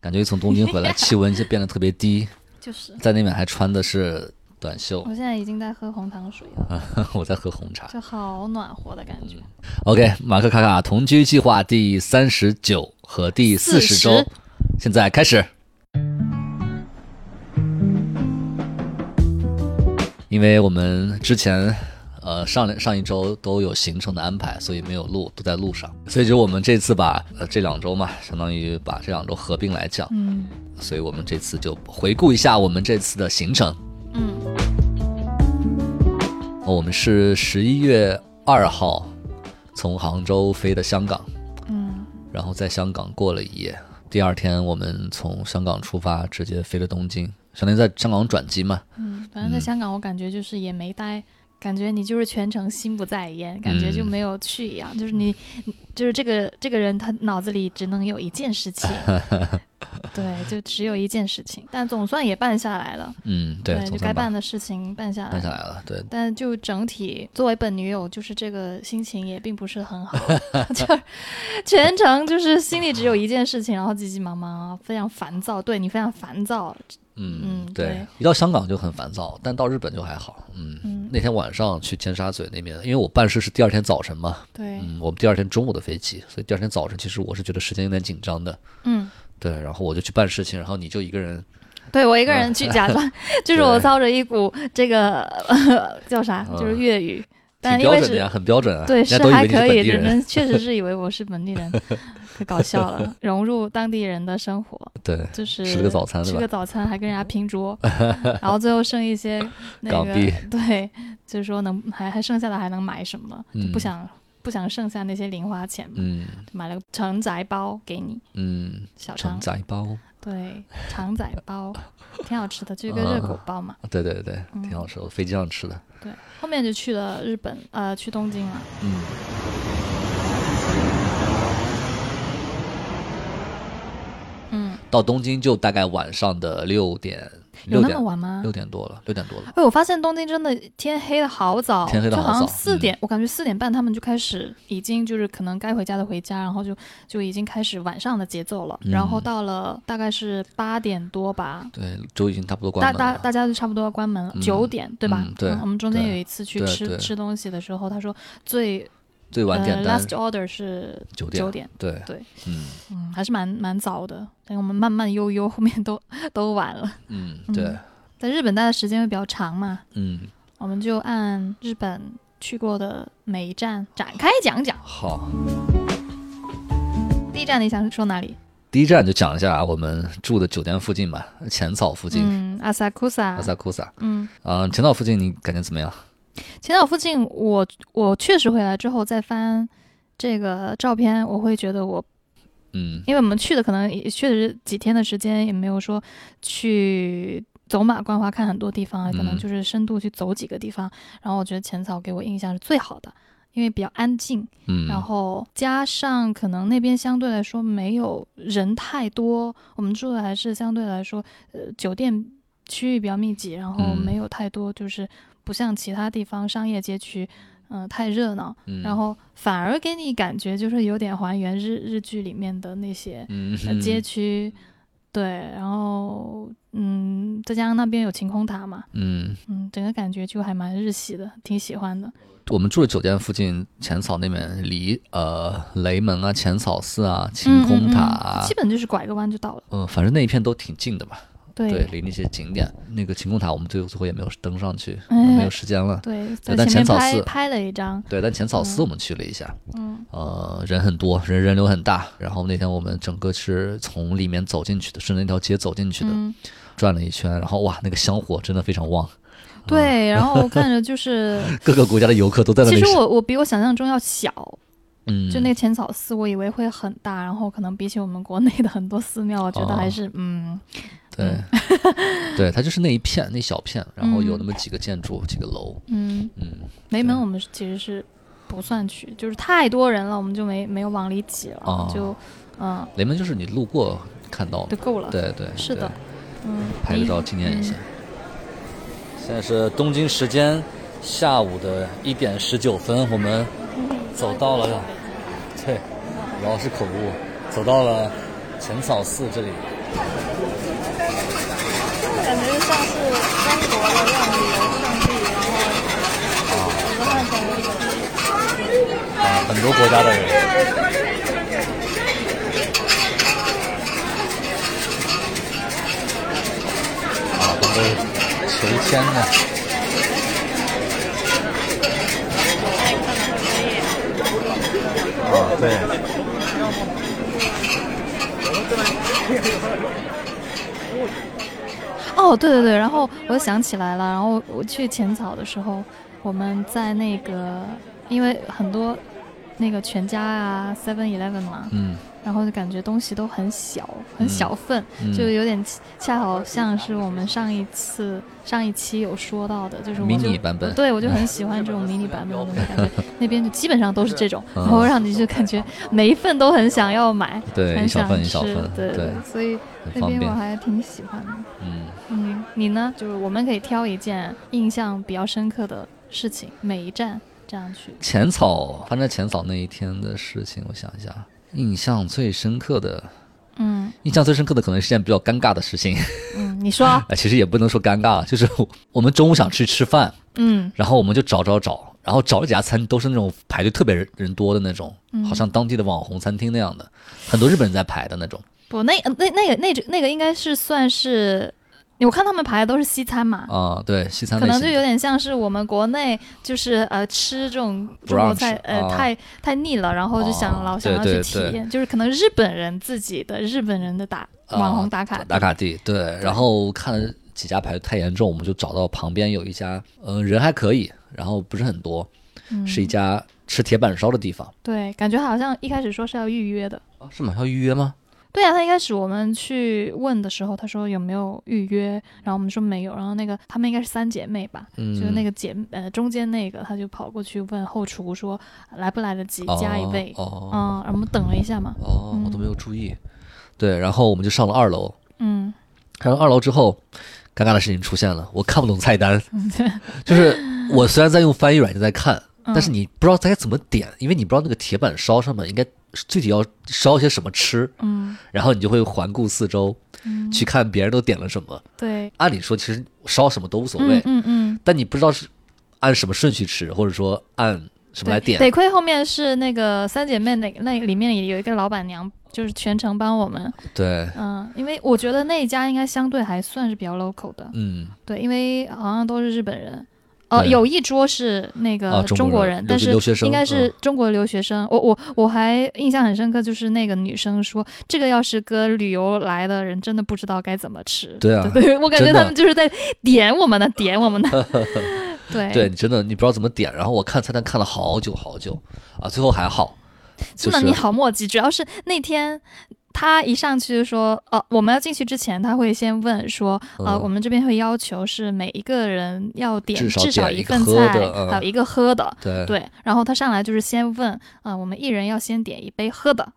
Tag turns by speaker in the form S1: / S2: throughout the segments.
S1: 感觉一从东京回来，气温就变得特别低，
S2: 就是，
S1: 在那边还穿的是短袖
S2: 我，现在已经在喝红糖水
S1: 啊
S2: 了，
S1: 我在喝红茶。
S2: 就好暖和的感觉。
S1: OK，马克卡卡同居计划第三十九和第四十周
S2: 40，
S1: 现在开始。因为我们之前，呃，上上一周都有行程的安排，所以没有录，都在路上。所以就我们这次把呃这两周嘛，相当于把这两周合并来讲，
S2: 嗯
S1: 所以我们这次就回顾一下我们这次的行程。
S2: 嗯，
S1: 哦我们是十一月二号从杭州飞的香港，
S2: 嗯，
S1: 然后在香港过了一夜。第二天我们从香港出发，直接飞了东京，相当于在香港转机嘛。
S2: 嗯，反正在香港，我感觉就是也没待，感觉你就是全程心不在焉，感觉就
S1: 嗯
S2: 没有去一样，就是你，就是这个这个人，他脑子里只能有一件 事情，对，就只有一件事情，但总算也办下来了，
S1: 嗯，对，总
S2: 就
S1: 算
S2: 该
S1: 办
S2: 办的事情办下来
S1: 办下
S2: 了。
S1: 来了。对，
S2: 但就整体作为本女友，就是这个心情也并不是 很好，就全程就是心里只有一件事情，然后急急忙忙啊，非常烦躁，对你非常烦躁，
S1: 嗯，
S2: 嗯
S1: 对
S2: 对，
S1: 一到香港就很烦躁，但到日本就还好。嗯，
S2: 嗯
S1: 那天晚上去尖沙咀那边，因为我办事是第二天早晨嘛，
S2: 对，
S1: 嗯，我们第二天中午的飞机，所以第二天早晨其实我是觉得时间有点紧张的。
S2: 嗯，
S1: 对，然后我就去办事情，然后你就一个人
S2: 对我一个人去假
S1: 嗯
S2: 装，就是我操着一股这个、呃叫啥，就是粤语，
S1: 嗯挺
S2: 但因为
S1: 标准的
S2: 是
S1: 呀，很标准啊，
S2: 对
S1: 人家
S2: 是
S1: 都以为
S2: 还
S1: 你是
S2: 可
S1: 本
S2: 以，
S1: 地人。
S2: 人确实是以为我是本地 人，可搞笑了，融入当地人的生活，
S1: 对，
S2: 就是
S1: 吃了个早餐对
S2: 吃
S1: 吧
S2: 个早餐还跟人家拼桌，然后最后剩 一些那
S1: 港
S2: 个
S1: 币
S2: 对，就是说能还还剩下的还能买什么，就不
S1: 嗯
S2: 想不想剩下那些零花钱嘛，
S1: 嗯
S2: 就买了个城宅包给你
S1: 嗯，
S2: 小
S1: 承
S2: 肠，
S1: 载包，
S2: 对肠仔包挺好吃的，就是
S1: 啊
S2: 个热狗包嘛。
S1: 对对对，挺好吃，我飞机上吃的。
S2: 对，后面就去了日本，呃，去东京了。
S1: 嗯。
S2: 嗯，
S1: 到东京就大概晚上的六点，六
S2: 有那么
S1: 点
S2: 晚吗
S1: 六？点多了，六点多了。
S2: 哎，我发现东京真的天黑的好早，
S1: 天黑得
S2: 就
S1: 好
S2: 好
S1: 早嗯
S2: 像四点，我感觉四点半他们就开始，已经就是可能该回家的回家，然后就就已经开始晚上的节奏了。然后
S1: 嗯
S2: 到了大概是八点多吧，
S1: 对，就已经差不多关
S2: 大
S1: 门
S2: 大
S1: 了。
S2: 大家就差不多要关门了，
S1: 嗯
S2: 九、点对吧？
S1: 嗯对
S2: 我们中间
S1: 对
S2: 有一次去
S1: 对对
S2: 吃吃东西的时候，他说最
S1: 最晚点
S2: 呃
S1: 单
S2: last order 是
S1: 九点
S2: 九。点，
S1: 对
S2: 对，
S1: 嗯
S2: 嗯，还是蛮蛮早的。但我们慢慢悠悠，后面都 都晚了。
S1: 嗯，对
S2: 嗯，在日本待的时间会比较长嘛，
S1: 嗯，
S2: 我们就按日本去过的每一站展开讲讲。
S1: 好。
S2: 第一站你想说哪里？
S1: 第一站就讲一下我们住的酒店附近吧，浅草附近，
S2: 嗯，阿萨库萨
S1: 阿。萨库萨。
S2: 嗯，
S1: 嗯，浅草附近你感觉怎么样？
S2: 浅草附近我，我确实回来之后再翻这个照片，我会觉得我，
S1: 嗯
S2: 因为我们去的可能也确实几天的时间，也没有说去走马观花看很多地方，可能
S1: 嗯
S2: 就是深度去走几个地方。然后我觉得浅草给我印象是最好的，因为比较安静，
S1: 嗯，
S2: 然后加上可能那边相对来说没有人太多，我们住的还是相对来说，呃，酒店区域比较密集，然后
S1: 嗯
S2: 没有太多，就是不像其他地方商业街区，嗯、太热闹，
S1: 嗯
S2: 然后反而给你感觉就是有点还原日日剧里面的那些
S1: 嗯
S2: 呃街区，对，然后嗯，再加上那边有晴空塔嘛，
S1: 嗯，
S2: 嗯，整个感觉就还蛮日系的，挺喜欢的，
S1: 我们住的酒店附近，浅草那边离呃雷门啊、浅草寺啊、晴空塔
S2: 嗯嗯
S1: 啊
S2: 嗯，基本就是拐个弯就到了，
S1: 嗯、反正那一片都挺近的嘛。
S2: 对。
S1: 对，离那些景点，那个晴空塔我们最后最后也没有登上去，
S2: 哎
S1: 没有时间了。
S2: 对，
S1: 对
S2: 在
S1: 但
S2: 前
S1: 浅
S2: 面
S1: 草
S2: 拍
S1: 寺
S2: 拍了一张，
S1: 对，但浅草寺我们去了一下，
S2: 嗯
S1: 呃，人很多，人人流很大。然后那天我们整个是从里面走进去的，顺着那条街走进去的，
S2: 嗯，
S1: 转了一圈，然后哇，那个香火真的非常旺，
S2: 对，然后我看着就是，
S1: 各个国家的游客都 在那
S2: 其
S1: 里。
S2: 实我我比我想象中要小，
S1: 嗯，
S2: 就那个浅草寺，我以为会很大，然后可能比起我们国内的很多寺庙，我觉得
S1: 哦
S2: 还是嗯，
S1: 对，嗯对，它就是那一片那小片，然后有那么几个建筑、几个楼，
S2: 嗯，
S1: 嗯
S2: 雷门我们是其实是不算去，就是太多人了，我们就没没有往里挤了，
S1: 哦
S2: 就嗯，
S1: 雷门就是你路过看到
S2: 就
S1: 的，
S2: 够了，
S1: 对对，
S2: 是的
S1: 对，
S2: 嗯，
S1: 拍个
S2: 你
S1: 照纪念一下。
S2: 嗯
S1: 现在是东京时间下午的一点十九分，我们走到了，对，老是口误，走到了浅草寺这里，
S2: 感觉就像是中国的那种旅游胜地，然后整个汉城的一个
S1: 嗯很多国家的人。啊，都是求签的。啊，对。
S2: 哦，对对
S1: 啊
S2: 对，然后我想起来了，然后我去浅草的时候，我们在那个，因为很多那个全家啊，Seven Eleven 嘛，
S1: 嗯
S2: 然后就感觉东西都很小，很小份，
S1: 嗯
S2: 就有点恰恰好像是我们上一次上一期有说到的，就是我
S1: 迷
S2: 就
S1: 你版本
S2: 对我就很喜 欢这种迷你版本的感觉，那边就基本上都是这种，
S1: 嗯
S2: 然后让你就感觉每一份都很想要买，
S1: 对
S2: 很
S1: 一小
S2: 想
S1: 份一
S2: 吃
S1: 小份
S2: 对
S1: 对
S2: 所以
S1: 很
S2: 那
S1: 方
S2: 边
S1: 便
S2: 我还挺喜欢的。
S1: 嗯，
S2: 嗯，你呢？就是我们可以挑一件印象比较深刻的事情，每一站这样去。
S1: 浅草，发生在浅草那一天的事情，我想一下，印象最深刻的，
S2: 嗯
S1: 印象最深刻的可能是件比较尴尬的事情。
S2: 嗯，你说，
S1: 啊，其实也不能说尴尬，就是我我们中午想去吃饭，
S2: 嗯
S1: 然后我们就找找找，然后找了几家餐都是那种排队特别人人多的那种，
S2: 嗯
S1: 好像当地的网红餐厅那样的，很多日本人在排的那种
S2: 不，那呃那那个那那个应该是算是，我看他们排的都是西餐嘛，
S1: 啊、对，西餐
S2: 可
S1: 类
S2: 能
S1: 型
S2: 就有
S1: 的。
S2: 点像是我们国内就是呃吃这种中国
S1: Brunch，
S2: 菜呃、
S1: 啊
S2: 太太腻了，然后就想、
S1: 哦
S2: 老想要
S1: 对
S2: 去
S1: 对
S2: 体
S1: 对
S2: 验，就是可能日本人自己的日本人的打、
S1: 啊
S2: 网红打卡
S1: 打卡地，对，然后看了几家排得太严重，我们就找到旁边有一家，嗯、人还可以，然后不是很多，
S2: 嗯
S1: 是一家吃铁板烧的地方。
S2: 对，感觉好像一开始说是要预约的。
S1: 啊，是吗？要预约吗？
S2: 对啊，他一开始我们去问的时候，他说有没有预约，然后我们说没有，然后那个他们应该是三姐妹吧，
S1: 嗯，
S2: 就是那个姐呃中间那个，他就跑过去问后厨说来不来得及
S1: 哦
S2: 加一位，
S1: 哦
S2: 嗯，我们等了一下嘛，
S1: 哦，我都没有注意。对，然后我们就上了二楼，
S2: 嗯，
S1: 上了二楼之后，尴尬的事情出现了，我看不懂菜单，
S2: 嗯
S1: 就是我虽然在用翻译软件在看，
S2: 嗯
S1: 但是你不知道该怎么点，因为你不知道那个铁板烧上面应该具体要烧些什么吃，
S2: 嗯，
S1: 然后你就会环顾四周，去看别人都点了什么。
S2: 对，
S1: 按理说，其实烧什么都无所谓，
S2: 嗯嗯嗯，
S1: 但你不知道是按什么顺序吃，或者说按什么来
S2: 对，
S1: 点。
S2: 得亏后面是那个三姐妹那那里面也有一个老板娘，就是全程帮我们，
S1: 对，
S2: 嗯，因为我觉得那一家应该相对还算是比较 local 的，
S1: 嗯，
S2: 对，因为好像都是日本人。呃，
S1: 对
S2: 有一桌是那
S1: 啊
S2: 个
S1: 中
S2: 中
S1: 国
S2: 国
S1: 人
S2: 人，
S1: 留
S2: 但
S1: 学
S2: 是
S1: 留学生
S2: 应该是
S1: 嗯
S2: 中国留学生。我我我还印象很深刻，就是那个女生说，这个要是跟旅游来的人，真的不知道该怎么吃。
S1: 对啊
S2: 对我感觉
S1: 真的
S2: 他们就是在点我们的，点我们 的。对
S1: 对，你真的你不知道怎么点，然后我看菜单看了好久好久啊，最后还好，就
S2: 真的
S1: 是
S2: 你好墨迹，主要是那天。他一上去就说：“呃，我们要进去之前，他会先问说，呃，
S1: 嗯
S2: 我们这边会要求是每一个人要点
S1: 至少点
S2: 一
S1: 一个
S2: 份
S1: 喝
S2: 菜，
S1: 的嗯
S2: 还有一个喝的。
S1: 对
S2: 对，然后他上来就是先问啊、我们一人要先点一杯喝的，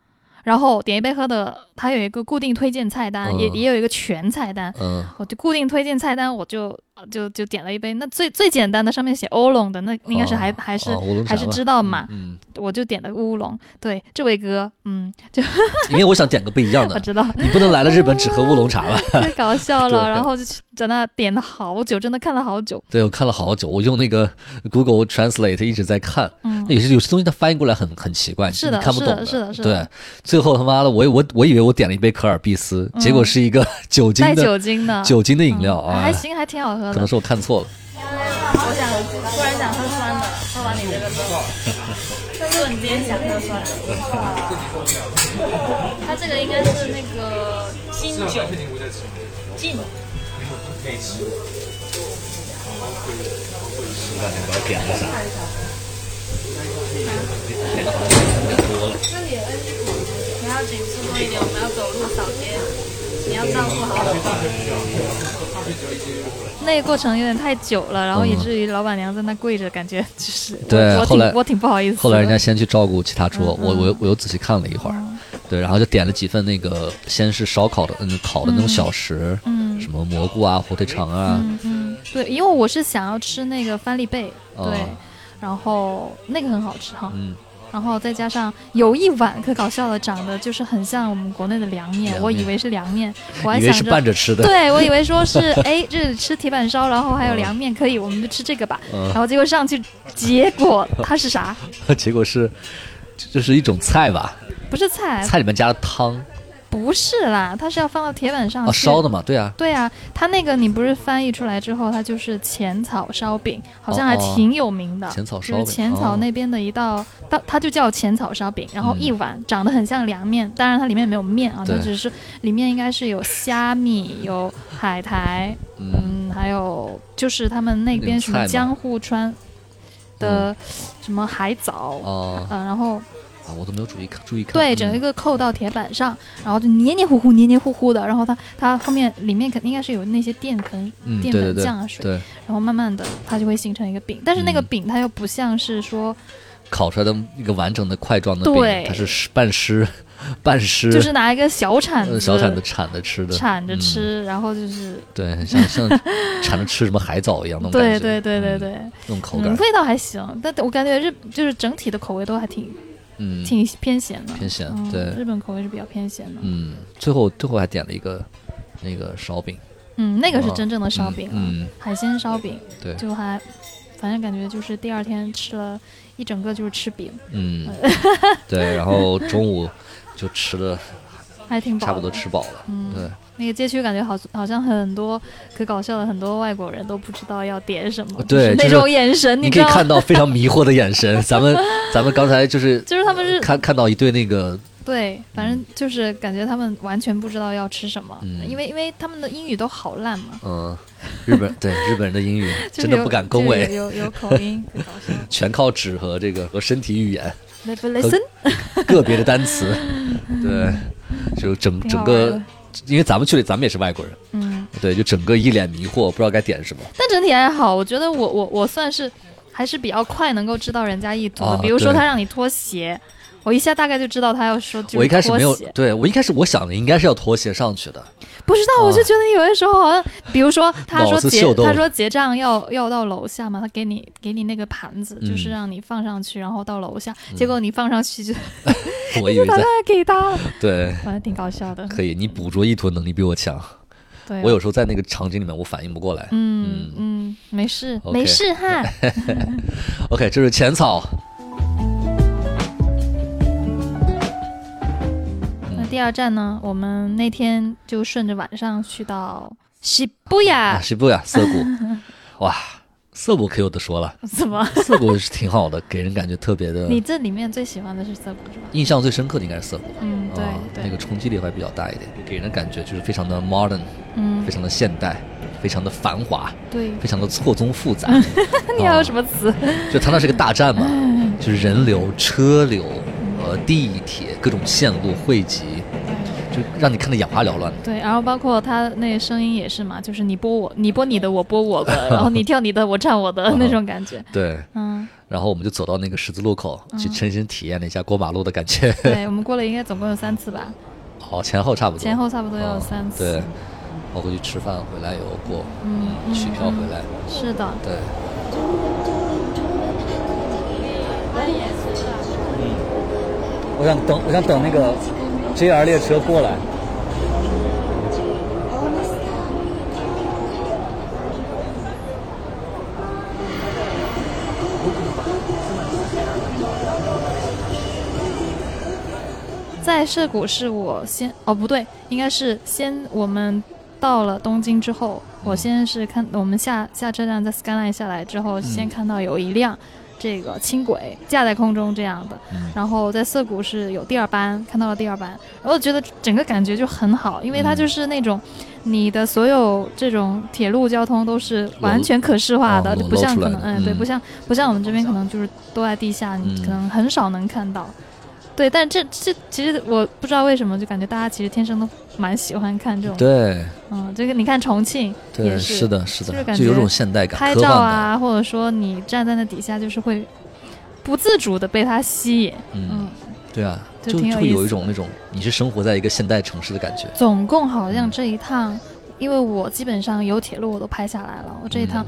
S2: 然后点一杯喝的，他有一个固定推荐菜单，也
S1: 嗯
S2: 也有一个全菜单。
S1: 嗯，
S2: 我就固定推荐菜单，我就呃就就点了一杯，那最最简单的上面写欧龙的，那应该是还、
S1: 哦
S2: 还是、
S1: 哦乌龙
S2: 还
S1: 茶
S2: 是
S1: 吧
S2: 知道嘛。
S1: 嗯，
S2: 我就点了乌龙。对，这位哥，嗯，就
S1: 因为我想点个不一样
S2: 我
S1: 的，
S2: 知道，
S1: 你不能来了日本只喝乌龙茶吧？
S2: 太搞笑了。
S1: 对
S2: 然后就去在那点了好久，真的看了好久。
S1: 对我看了好久，我用那个 Google Translate 一直在看，
S2: 嗯
S1: 那有些有些东西它翻译过来很很奇怪，
S2: 是的
S1: 你看不懂
S2: 是的是的是
S1: 对
S2: 的，
S1: 最后他妈的，我我我以为我点了一杯可尔必思，结果是一个酒精
S2: 嗯带
S1: 的
S2: 酒精的
S1: 酒精的饮料
S2: 嗯还
S1: 啊，
S2: 行，还挺好喝
S1: 可能
S2: 的。
S1: 是我看错了。
S3: 我想突然想喝酸的，喝完你这个之后，但是你今天想喝酸的，它这个应该是那个金酒，金不要紧速多一点，我们要走路扫街，你要照顾好。
S2: 那个过程有点太久了，然后以
S1: 嗯
S2: 至于老板娘在那跪着，感觉 就是我
S1: 对
S2: 我
S1: 后来
S2: 挺我挺不好意思的。嗯
S1: 后来人家先去照顾其他桌，我我我又仔细看了一会儿，对，然后就点了几份那个，先是烧烤的，嗯，烤的那种小食，
S2: 嗯
S1: 什么蘑菇啊、火腿肠啊，
S2: 嗯嗯，对，因为我是想要吃那个番栗贝，
S1: 哦
S2: 对，然后那个很好吃哈，
S1: 嗯，
S2: 嗯然后再加上有一碗可搞笑了，长得就是很像我们国内的凉面，
S1: 凉
S2: 我
S1: 面
S2: 以为是 凉面，我还
S1: 以为
S2: 想
S1: 是
S2: 着
S1: 拌着吃的，
S2: 对，我以为说 是哎，这里吃铁板烧，然后还有凉面，可以，我们就吃这个吧。
S1: 嗯
S2: 然后结果上去，结果它是啥？
S1: 结果是就是一种菜吧，
S2: 不是菜，
S1: 菜里面加了汤
S2: 不是啦，它嗯是要放到铁板上
S1: 啊，
S2: 去
S1: 烧的。嘛，对啊，
S2: 对啊，它那个你不是翻译出来之后，它就是浅草烧饼，好像还
S1: 哦哦
S2: 挺有名的。
S1: 浅草烧
S2: 就是
S1: 饼，
S2: 浅草那边的一道，它它就叫浅草烧饼，然后一碗长得很像凉面，当然它里面没有面啊，它
S1: 嗯对
S2: 只是里面应该是有虾米、有海苔，
S1: 哦嗯，
S2: 嗯，还有就是他们那边什
S1: 那
S2: 么
S1: 种菜嘛
S2: 江户川的什么海藻，
S1: 哦、
S2: 嗯，然后
S1: 啊，我都没有注意看，注意看，
S2: 对，
S1: 嗯
S2: 整一个扣到铁板上，然后就黏黏糊糊、黏黏糊糊的，然后它它后面里面肯定应该是有那些淀粉、
S1: 嗯，
S2: 淀
S1: 对对
S2: 粉
S1: 对
S2: 酱啊水，
S1: 对，
S2: 然后慢慢的它就会形成一个饼，但是那个
S1: 嗯
S2: 饼它又不像是说
S1: 烤出来的一个完整的块状的饼
S2: 对，
S1: 它是湿半湿半湿，
S2: 就是拿一个小铲
S1: 呃
S2: 子
S1: 小铲子铲着吃的，
S2: 铲着
S1: 嗯，
S2: 吃，然后就是
S1: 对，像 像铲着吃什么海藻一样那种感
S2: 对
S1: 觉，
S2: 对对对
S1: 嗯
S2: 对，
S1: 那种口
S2: 嗯，
S1: 感，
S2: 味道还行，但我感觉日就是整体的口味都还挺
S1: 嗯，
S2: 挺偏咸的，
S1: 偏咸
S2: 嗯，
S1: 对，
S2: 日本口味是比较偏咸的。
S1: 嗯，最后最后还点了一个那个烧饼，
S2: 嗯，那个是
S1: 哦
S2: 真正的烧饼啊，啊
S1: 嗯嗯
S2: 海鲜烧饼，
S1: 对，
S2: 就还，反正感觉就是第二天吃了一整个就是吃饼，
S1: 嗯，对，然后中午就吃了，
S2: 还挺饱的。
S1: 差不多吃饱了，
S2: 嗯
S1: 对，
S2: 那个街区感觉好，好像很多可搞笑了，很多外国人都不知道要点什么，
S1: 对
S2: 就是
S1: 就
S2: 那
S1: 是
S2: 种眼神，
S1: 你
S2: 你
S1: 可
S2: 知
S1: 以
S2: 道吗？
S1: 看到非常迷惑的眼 神，咱们咱们刚才就是
S2: 就是他们是
S1: 看看到一对那个，
S2: 对，反正就是感觉他们完全不知道要吃什么，
S1: 嗯
S2: 因为因为他们的英语都好烂嘛，
S1: 嗯、日本对日本人的英语
S2: 就是
S1: 真的
S2: 有
S1: 不敢恭
S2: 就是
S1: 维，
S2: 有有有口 音，可搞笑。
S1: 全靠纸和这个和身体语言
S2: Never listen，
S1: 个别的单 词，对，就整
S2: 挺
S1: 整
S2: 好玩
S1: 个
S2: 的，
S1: 因为咱们去了，咱们也是外国人，
S2: 嗯。
S1: 对，就整个一脸迷惑，不知道该点什么。
S2: 但整体还好，我觉得我我我算是还是比较快能够知道人家意图的。
S1: 啊
S2: 比如说
S1: 对
S2: 他让你脱鞋，我一下大概就知道他要说就是
S1: 我一开始
S2: 脱
S1: 没有，
S2: 鞋
S1: 对我一开始我想的应该是要拖鞋上去 的，
S2: 不知道，我就觉得有的时候好像，比如说他
S1: 啊脑
S2: 说
S1: 子
S2: 结
S1: 秀逗
S2: 他
S1: 了
S2: 说结账要要到楼下嘛，他给你给你那个盘子，就是
S1: 嗯
S2: 让你放上去，然后到楼下，结果你放上去哎就
S1: 我以为
S2: 把 它
S1: 在
S2: 给他，
S1: 对。
S2: 反正挺搞笑的。
S1: 可以，你捕捉意图能力比我强。
S2: 对，啊
S1: 我有时候在那个场景里面，我反应不过来。
S2: 嗯嗯，没事
S1: OK
S2: 没 事哈。
S1: OK，这是浅草，
S2: 那第二站呢，我们那天就顺着晚上去到西布亚
S1: 啊，，西部呀，涩谷， 哇，涩谷可有的说了，
S2: 怎么？
S1: 涩谷是挺好的，给人感觉特别的。
S2: 你这里面最喜欢的是涩谷是吧？
S1: 印象最深刻的应该是涩谷，
S2: 嗯，对
S1: 啊，
S2: 对，
S1: 那个冲击力还比较大一点，给人的感觉就是非常的 modern，
S2: 嗯
S1: 非，常的现代，非常的繁华，
S2: 对。
S1: 非常的错综复 杂。啊
S2: 你还有什么 嗯词？
S1: 就它那是个大站嘛，就是人流、车流、呃地铁各种线路汇集，就让你看得眼花缭乱的。
S2: 对，然后包括他那个声音也是嘛，就是你播我，你播你的，我播我的，然后你跳你的，我唱我的那种感觉。
S1: 对，
S2: 嗯，
S1: 然后我们就走到那个十字路口，去亲身体验了一下过马路的感觉。
S2: 对，我们过了应该总共有三次吧，
S1: 好，前后差不多，
S2: 前后差不多要有
S1: 嗯
S2: 三次。
S1: 对，包括去吃饭回来有过，
S2: 嗯，嗯，
S1: 取票回来，
S2: 是的，
S1: 对，
S4: 我想等，我想等那个 JR 列车过来。
S2: 在涩谷是我先哦不对，应该是先我们到了东京之后，我先是看我们下下车站在 skyline 下来之后，先看到有一辆这个轻轨架在空中这样的，
S1: 嗯
S2: 然后在涩谷是有第二班，看到了第二班，然后觉得整个感觉就很好，因为它
S1: 嗯
S2: 就是那种。你的所有这种铁路交通都是完全可视化的，
S1: 哦
S2: 就
S1: 裸
S2: 不
S1: 露
S2: 像
S1: 出
S2: 可
S1: 来
S2: 能，
S1: 的
S2: 哎，对，
S1: 嗯
S2: 不像不像我们这边可能就是都在地下，你
S1: 嗯
S2: 可能很少能看到。对，但这这其实我不知道为什么，就感觉大家其实天生都蛮喜欢看这种，
S1: 对，
S2: 嗯，这个你看重庆也
S1: 对，是的，是
S2: 就是
S1: 的，
S2: 感
S1: 就有
S2: 觉
S1: 种现代感、
S2: 拍
S1: 科
S2: 照
S1: 幻感。
S2: 啊，或者说你站在那底下，就是会不自主的被它吸引，嗯
S1: 嗯，，对啊，
S2: 就
S1: 就
S2: 挺
S1: 就
S2: 有
S1: 会
S2: 意
S1: 有
S2: 思
S1: 一种那种你是生活在一个现代城市的感觉。嗯嗯
S2: 总共好像这一趟，因为我基本上有铁路我都拍下来了，我这一趟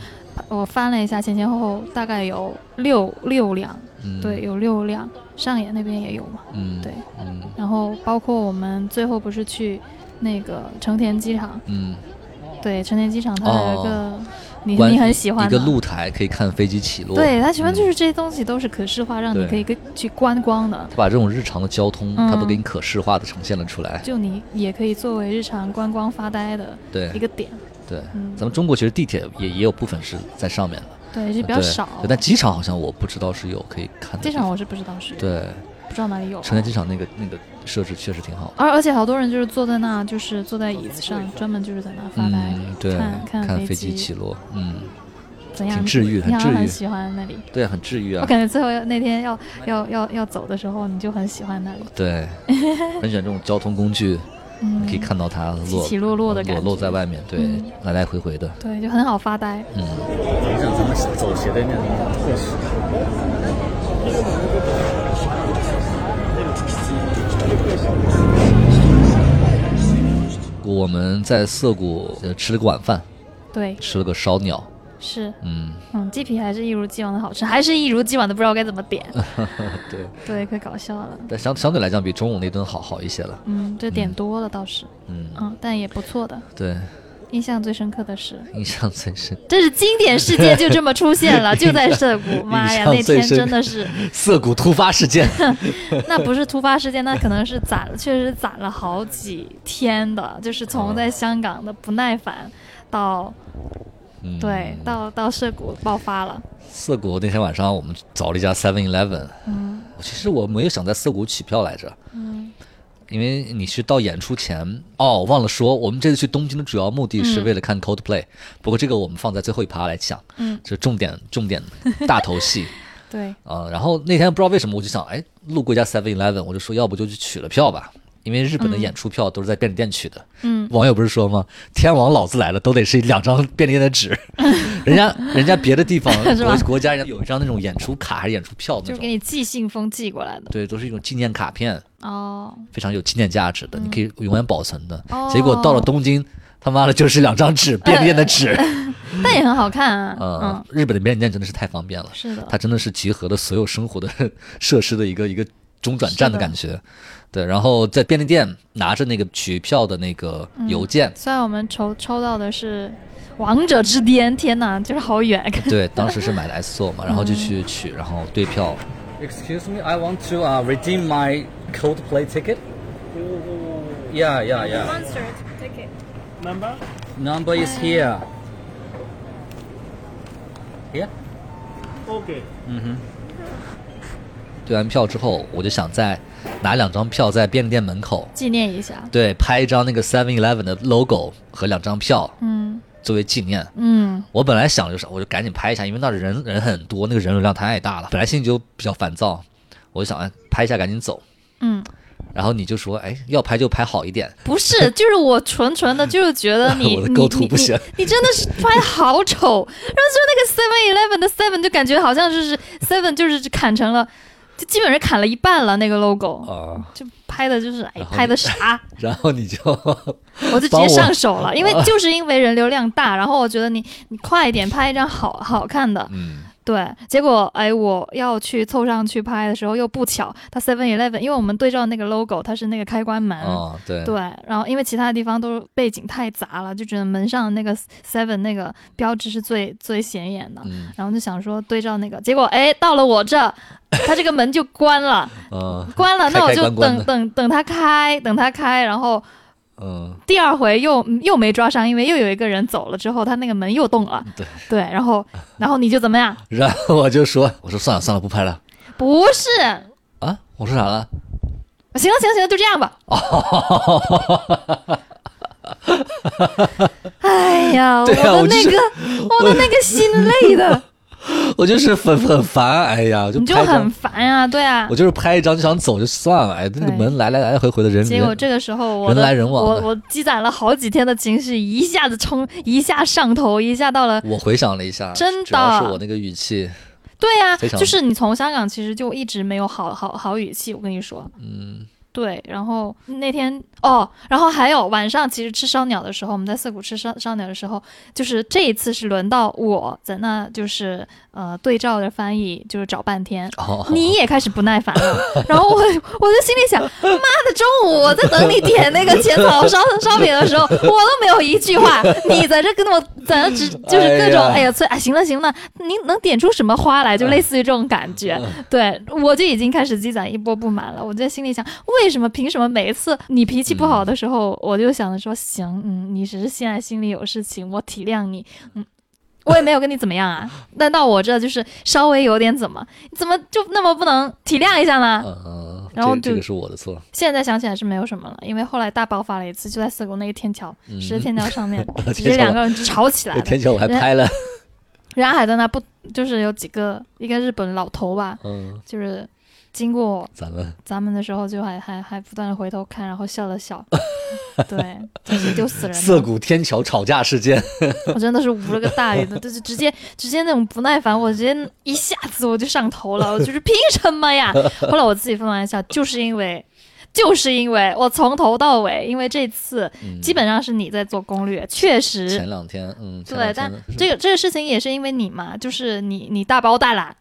S2: 我翻了一下，前前后后大概有六六辆，
S1: 嗯，
S2: 对，，有六辆。上野那边也有嘛，
S1: 嗯，
S2: 对，
S1: 嗯
S2: 然后包括我们最后不是去那个成田机场，
S1: 嗯，
S2: 对，成田机场它有一个、你
S1: 哦关
S2: 你很喜欢
S1: 一个
S2: 的
S1: 露台可以看飞机起落，
S2: 对，它其实
S1: 嗯
S2: 就是这些东西都是可视化，让你
S1: 对
S2: 可以跟去观光的。
S1: 他把这种日常的交通，他都
S2: 嗯
S1: 给你可视化的呈现了出来。
S2: 就你也可以作为日常观光发呆的
S1: 对
S2: 一个点，
S1: 对，
S2: 嗯
S1: 咱们中国其实地铁也也有部分是在上面的，
S2: 对，是比较
S1: 对
S2: 少。
S1: 对，但机场好像我不知道是有可以看的
S2: 机
S1: 地
S2: 场
S1: 方。
S2: 我是不知道是，
S1: 对，
S2: 不知道哪里有。
S1: 成田机场那个那个设置确实挺好的。
S2: 而而且好多人就是坐在那，就是坐在椅子上，专门就是在那发呆，
S1: 嗯，对，
S2: 看
S1: 看
S2: 飞
S1: 机起落，嗯，
S2: 怎样，
S1: 挺治愈很
S2: 你好像
S1: 治愈
S2: 很喜欢那里。
S1: 对，很治愈
S2: 我
S1: 啊。
S2: 感觉最后要那天要要要要走的时候，你就很喜欢那里，
S1: 对，很喜欢这种交通工具，
S2: 嗯，
S1: 可以看到它
S2: 起
S1: 落
S2: 起落落的感
S1: 裸
S2: 觉，
S1: 露在外面，对，
S2: 嗯
S1: 来来回回的，
S2: 对，就很好发呆。
S1: 嗯，
S4: 你想咱们走斜对面的那个特使，
S1: 我们在涩谷呃吃了个晚饭，
S2: 对，
S1: 吃了个烧鸟，
S2: 是，
S1: 嗯，
S2: 嗯，鸡皮还是一如既往的好吃，还是一如既往的不知道该怎么 点，
S1: 对，
S2: 对，可搞笑了。
S1: 但相相对来讲比中午那顿好好一些了，
S2: 嗯，这点多了倒是，
S1: 嗯，
S2: 嗯，但也不错的。
S1: 对，
S2: 印象最深刻的是，
S1: 印象最深，
S2: 这是经典事件就这么出现了，就在涩谷。妈呀，
S1: 印象
S2: 那
S1: 最
S2: 天
S1: 深
S2: 真的是，
S1: 涩谷突发事 件，
S2: 那不是突发事件，那可能是攒，确实攒了好几天的，就是
S1: 哦
S2: 从在香港的不耐烦到
S1: 嗯，
S2: 对到到涩谷爆发了。
S1: 涩谷那天晚上我们找了一家 Seven Eleven，嗯，其实我没有想在涩谷取票来着，嗯，因为你是到演出前，哦，忘了说，我们这次去东京的主要目的是为了看 Coldplay，、不过这个我们放在最后一趴来讲，
S2: 嗯，
S1: 这重点重点大头 戏
S2: 对，
S1: 啊、然后那天不知道为什么我就想，哎，路过一家 Seven Eleven，我就说要不就去取了票吧。因为日本的演出票都是在便利店取的，
S2: 嗯，
S1: 网友不是说吗？天王老子来了，都得是两张便利店的纸， 人家人家别的地方
S2: 是吧
S1: 国国家人家有一张那种演出卡还是演出票
S2: 就
S1: 那
S2: 是给
S1: 种，
S2: 你寄信封寄过来的。
S1: 对，都是一种纪念卡片，
S2: 哦，
S1: 非常有纪念价值的，你可以永远保存的。
S2: 嗯哦
S1: 结果到了东京，他妈的就是两张纸，便利店的 纸，
S2: 但也很好看啊。
S1: 嗯，日本的便利店真的是太方便了
S2: 嗯，，是的，
S1: 它真的是集合了所有生活的 设施的一个一个中转站的
S2: 是的
S1: 感觉。对，然后在便利店拿着那个取票的那个邮件，
S2: 虽然我们抽抽到的是《王者之巅》，天哪，就是好远，
S1: 对，当时是买的 S s o 嘛，然后就去取，然后兑票，
S4: Excuse me, I want to uh, redeem my Coldplay ticket. Yeah, yeah, yeah.
S3: Concert ticket.
S5: Number?
S4: Number is here. Here?
S5: Okay.
S1: 兑完票之后，我就想再拿两张票在便利店门口，
S2: 纪念一下。
S1: 对，拍一张那个 Seven Eleven 的 logo 和两张票
S2: 嗯
S1: 作为纪念。
S2: 嗯，
S1: 我本来想就是，我就赶紧拍一下，因为那儿人人很多，那个人流量太大了，本来心里就比较烦躁，我就想哎拍一下赶紧走。
S2: 嗯，
S1: 然后你就说，哎，要拍就拍好一点，
S2: 不是，就是我纯纯的，就是觉得 你
S1: 我的
S2: 你
S1: 构图
S2: 你
S1: 不行
S2: 你你真的是穿得好 丑，然后就那个 Seven Eleven 的 Seven 就感觉好像就是 Seven 就是砍成了，就基本上砍了一半了那个 logo，、
S1: 啊、
S2: 就拍的就是哎
S1: 然后
S2: 拍的啥，
S1: 然后你就
S2: 我就直
S1: 帮我
S2: 接上手了，因为就是因为人流量大，然后我觉得你你快一点拍一张好好看的，
S1: 嗯，
S2: 对，结果哎，我要去凑上去拍的时候，又不巧，它 Seven Eleven，因为我们对照那个 logo，它是那个开关门，
S1: 哦，对，
S2: 嗯对，然后因为其他地方都背景太杂了，就只能门上那个 Seven 那个标志是最最显眼的，
S1: 嗯，
S2: 然后就想说对照那个，结果哎，到了我 这，它这个门就关了，
S1: 嗯，
S2: 关了，那
S1: 开
S2: 我
S1: 开
S2: 就
S1: 关
S2: 等
S1: 关的
S2: 等等它开，等它开，然后
S1: 嗯，
S2: 第二回又又没抓上，因为又有一个人走了之后，他那个门又动了，
S1: 对
S2: 对，然后然后你就怎么样？
S1: 然后我就说，我说算了算了，不拍了
S2: 不是，
S1: 啊，我说啥了？
S2: 行了行了行了，就这样吧。
S1: 哦
S2: 哎呀，我
S1: 对啊
S2: 的
S1: 我就
S2: 那
S1: 是
S2: 个，我的那个心累的，
S1: 我就是很很烦，哎呀， 我就
S2: 你就
S1: 拍一张
S2: 很烦啊，对啊
S1: 我。就是拍一张就想走就算了，哎，那个
S2: 对
S1: 门来来来回回的人，
S2: 结果
S1: 人
S2: 这个时候我
S1: 人
S2: 的
S1: 来人往
S2: 我
S1: 的
S2: 我积攒了好几天的情绪，一下子冲，一下上头，一下到了。
S1: 我回想了一下，
S2: 真的
S1: 主要是我那个语气，
S2: 对呀、
S1: 非常
S2: 就是你从香港其实就一直没有好好好语气，我跟你说，嗯，对。然后那天哦，然后还有晚上，其实吃烧鸟的时候，我们在涩谷吃烧烧鸟的时候，就是这一次是轮到我在那，就是呃对照着翻译，就是找半天，
S1: 哦，
S2: 你也开始不耐烦了。 然后我我就心里想，妈的，中午我在等你点那个浅草烧烧饼的时 候，我都没有一句话，你在这跟我在那只就是各种
S1: 哎呀嗯
S2: 哎呀催哎行了行了，你能点出什么花来？就类似于这种感觉。对我就已经开始积攒一波不满了。我就在心里想，为什么凭什么每一次你脾气不好的时候，我就想着说行，嗯，你只是现在心里有事情，我体谅你，嗯。 我也没有跟你怎么样啊，但到我这就是稍微有点怎么，你怎么就那么不能体谅一下呢？
S1: 嗯嗯，
S2: 然后
S1: 这
S2: 就
S1: 这个是我的错，
S2: 现在想起来是没有什么了，因为后来大爆发了一次，就在涩谷那个天桥，
S1: 嗯，
S2: 十字天桥上面
S1: 天
S2: 直接
S1: 桥
S2: 两个人吵起来
S1: 那
S2: 了，
S1: 天桥我还拍了，
S2: 人家还在那不就是有几个一个日本老头吧，
S1: 嗯，
S2: 就是经过
S1: 咱们
S2: 咱们的时候就还还还不断的回头看，然后笑 了笑，对，就是丢死人了。
S1: 涩谷天桥吵架事件，
S2: 我真的是无了个大鱼的， 就是直接直接那种不耐烦，我直接一下子我就上头了，我就是凭什么呀？后来我自己分完一下，就是因为。就是因为我从头到尾，因为这次
S1: 嗯
S2: 基本上是你在做攻略，确实
S1: 前两天，嗯，前
S2: 对，
S1: 两
S2: 但
S1: 天是
S2: 这个这个事情也是因为你嘛，就是你你大包大揽，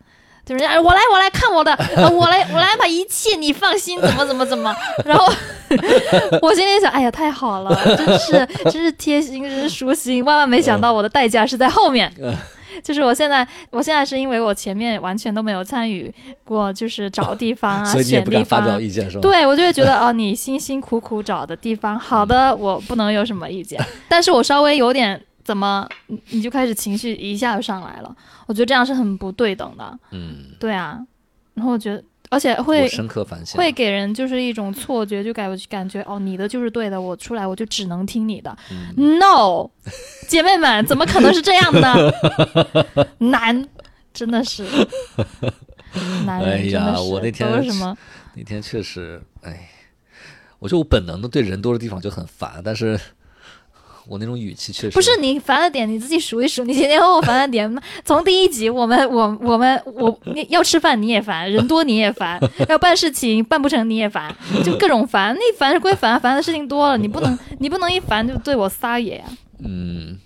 S2: 就是哎我来我来看我的，呃我来我来把一切你放心怎么怎么怎么，然后 我心里想，哎呀太好了，真是真是贴心，真是舒心，万万没想到我的代价是在后面。
S1: 嗯
S2: 就是我现在，我现在是因为我前面完全都没有参与过，就是找地方啊，
S1: 所以你也
S2: 选
S1: 不
S2: 地
S1: 敢发
S2: 方啊
S1: 表意见是吧？，
S2: 对，我就会觉得哦，你辛辛苦苦找的地方，好的，
S1: 嗯
S2: 我不能有什么意见， 但是我稍微有点怎么，你你就开始情绪一下就上来了，我觉得这样是很不对等的，
S1: 嗯，
S2: 对啊，然后我觉得，而且
S1: 我
S2: 会
S1: 深啊刻反省，
S2: 会给人就是一种错觉，就感感觉哦，你的就是对的，我出来我就只能听你的。No，姐妹们，怎么可能是这样的呢？ 难，真的是。男
S1: 哎
S2: 人真的
S1: 呀
S2: 是、
S1: 我那天
S2: 都是什么？
S1: 那天确实，哎，我觉得我本能的对人多的地方就很烦，但是我那种语气确实
S2: 不是你烦的点，你自己数一数，你前前后后烦的点，从第一集我们我我们我你要吃饭你也烦，人多你也烦，要办事情办不成你也烦，就各种烦。那烦是归烦，烦的事情多了，你 不能你不能一烦就对我撒野呀、
S1: 嗯，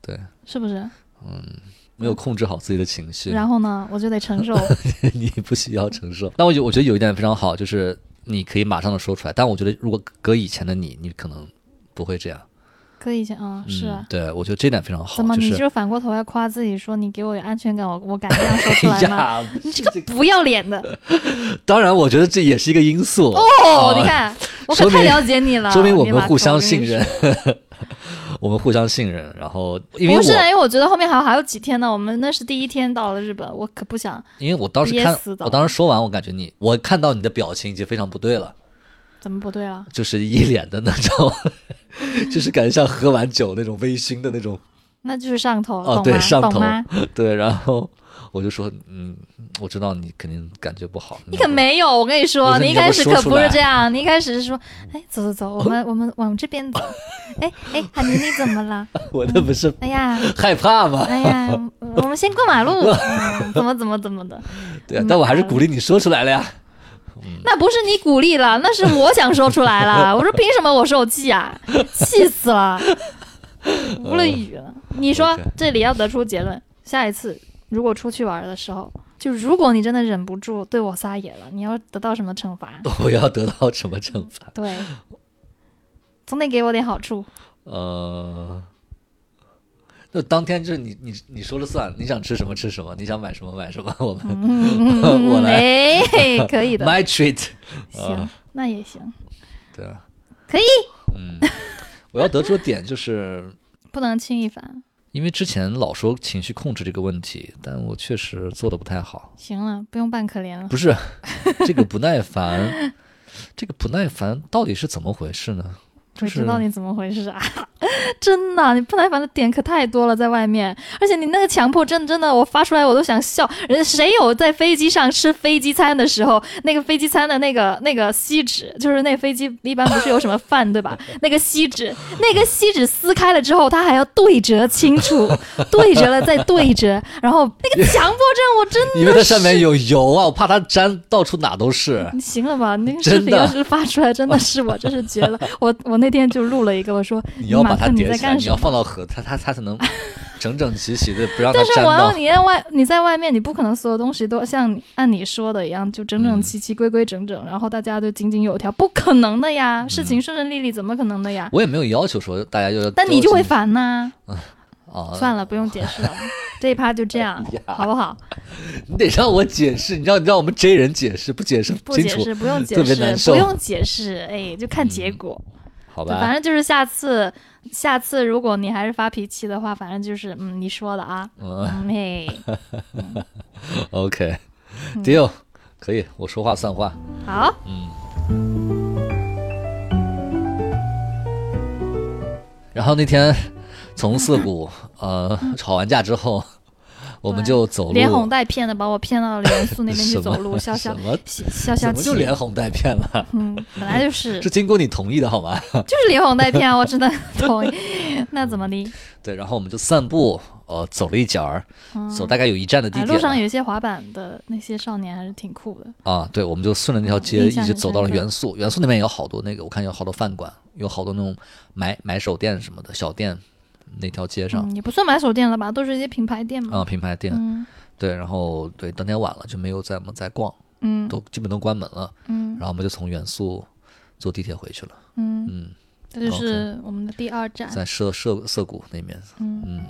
S1: 对，
S2: 是不是？
S1: 没有控制好自己的情绪，
S2: 然后呢，我就得 承受。
S1: 你不需要承受。但我觉我觉得有一点非常好，就是你可以马上的说出来。但我觉得如果搁以前的你，你可能不会这样。
S2: 可以先啊，是
S1: 嗯
S2: 啊。
S1: 对我觉得这点非常好，
S2: 怎么？
S1: 就
S2: 你
S1: 是
S2: 就是反过头要夸自己说你给我有安全感，我我敢这样说出来 吗？
S1: 哎呀，
S2: 你这个不要脸的
S1: 当然我觉得这也是一个因素
S2: 哦！
S1: 啊
S2: 你看，我可
S1: 说
S2: 太
S1: 明
S2: 了解你了，
S1: 说明我
S2: 你
S1: 们
S2: 把
S1: 互
S2: 口
S1: 相
S2: 给
S1: 信
S2: 你
S1: 任， 我们互相信任。然后因为
S2: 不
S1: 我
S2: 是，哎因为我觉得后面还有还有几天呢，我们那是第一天到了日本，我可不想
S1: 因为我当时
S2: 憋
S1: 看
S2: 死，的
S1: 我当时说完，我感觉你，我看到你的表情已经非常不对了，
S2: 怎么不对啊了？
S1: 就是一脸的那种， 就是感觉像喝完酒那种微醺的那种，
S2: 那就是上头，
S1: 哦，
S2: 懂
S1: 对，
S2: 吗？
S1: 上头
S2: 懂吗？，
S1: 对，然后我就说，嗯，我知道你肯定感觉不好，
S2: 你可没有，我跟你
S1: 不
S2: 说，
S1: 是
S2: 你
S1: 你
S2: 一
S1: 要
S2: 开
S1: 不
S2: 始
S1: 说
S2: 可
S1: 出
S2: 不是
S1: 来
S2: 这样，你一开始是说，哎，走走走，我 们我们往这边走，哎哎，海明你怎么了？
S1: 我那不是
S2: 哎呀，
S1: 害怕吗？
S2: 哎呀，我们先过马路，嗯怎么怎么怎么的？
S1: 对啊，但我还是鼓励你说出来了呀。
S2: 那不是你鼓励了，那是我想说出 来了。我说凭什么我受气啊？气死了，无了语了。你说
S1: OK
S2: 这里要得出结论，下一次如果出去玩的时候，就如果你真的忍不住对我撒野了，你要得到什么 惩罚？
S1: 我要得到什么惩罚？
S2: 对，总得给我点好处。
S1: 呃，那当天就是你你你说了算，你想吃什么吃什么，你想买什么买什么，我们、 我
S2: 嗯，
S1: 来
S2: 哎，可 以嗯的，
S1: my treat。
S2: 行，那也行，
S1: 对啊，
S2: 可以，
S1: 嗯，我要得出的点就是，
S2: 不能轻易烦。
S1: 因为之前老说情绪控制这个问题，但我确实做的不太好。
S2: 行了，不用扮可怜了
S1: 不。是 这个不耐烦，这个不耐烦到底是怎么回事呢？
S2: 我
S1: 就是
S2: 知道你怎么回事啊？ 真的，你不耐烦的点可太多了，在外面，而且你那个强迫症真的，我发出来我都想笑。人谁有在飞机上吃飞机餐的时候，那个飞机餐的那个那个锡纸，就是那飞机一般不是有什么饭对 吧？那个锡纸，那个锡纸撕开了之后，它还要对折清楚，对折了再对折，然后 那个强迫症我真的
S1: 因为它上面有油啊，我怕它粘到处哪都是。
S2: 你行了 吧？那个视
S1: 真
S2: 频
S1: 的
S2: 要是发出来，真的是我真是绝了。我我那天就录了一个，我说
S1: 你要把
S2: 马
S1: 它
S2: 克你
S1: 叠
S2: 在
S1: 起来，
S2: 干
S1: 你
S2: 什
S1: 要
S2: 么？
S1: 放到盒，它它它才能整整齐齐的，不让它
S2: 但是
S1: 粘
S2: 我要
S1: 到。
S2: 你在外你在外面，你不可能所有东西都像按你说的一样，就整整
S1: 嗯
S2: 齐齐、规规整整，然后大家都井井有条，不可能的呀！事情顺顺利利，怎么可能的呀？
S1: 嗯我也没有要求说大家就要，
S2: 但你就会烦呐、
S1: 啊，
S2: 算了，不用解 释了，这一趴就这样，
S1: 哎
S2: 好不好？
S1: 你得让我解释，你让你让我们 J 人解释，不解释
S2: 不
S1: 清
S2: 解
S1: 楚
S2: 释，，不 用
S1: 特
S2: 解
S1: 别难
S2: 释，
S1: 受嗯
S2: 不用解释，哎，就看结果。
S1: 好
S2: 对
S1: 吧
S2: 反？正就是下次，下次如果你还是发脾气的话，反正就是嗯，你说的啊，
S1: 嗯
S2: 嗯嘿，
S1: ，OK，deal，可
S2: 嗯
S1: 以，我说话算话。
S2: 好，
S1: 然后那天从涩谷呃吵完架之后，我们就走路，
S2: 连哄带骗的把我骗到了元素那边去
S1: 什么
S2: 走路，消消
S1: 什么
S2: 消
S1: 怎
S2: 消
S1: 么
S2: 气
S1: 就，连哄带骗了？
S2: 嗯，本来就是
S1: 是经过你同意的好吗？
S2: 就是连哄带骗啊，我真的同意， 那怎么的？
S1: 对，然后我们就散步，呃，走了一截儿，走大概有一站的地
S2: 哎，
S1: 点
S2: 路
S1: 了、
S2: 上有一些滑板的那些少年还是挺酷的，
S1: 啊，对，我们就顺着那条街
S2: 印
S1: 一
S2: 象
S1: 直
S2: 很
S1: 走到了
S2: 深刻
S1: 元素，元素那边有好多那个，我看有好多饭馆，有好多那种买买手店什么的小店，那条街上
S2: 嗯，也不算买手店了吧，都是一些品牌店
S1: 啊、
S2: 嘛，
S1: 品牌店，
S2: 嗯
S1: 对，然后对，当天晚了就没有再我们再逛，
S2: 嗯
S1: 都啊基本都关门了，
S2: 嗯
S1: 然后我们就从元素坐地铁回去了，
S2: 嗯，
S1: 嗯，啊
S2: 这就是我们的第二站，嗯
S1: 在涩涩涩谷那边，嗯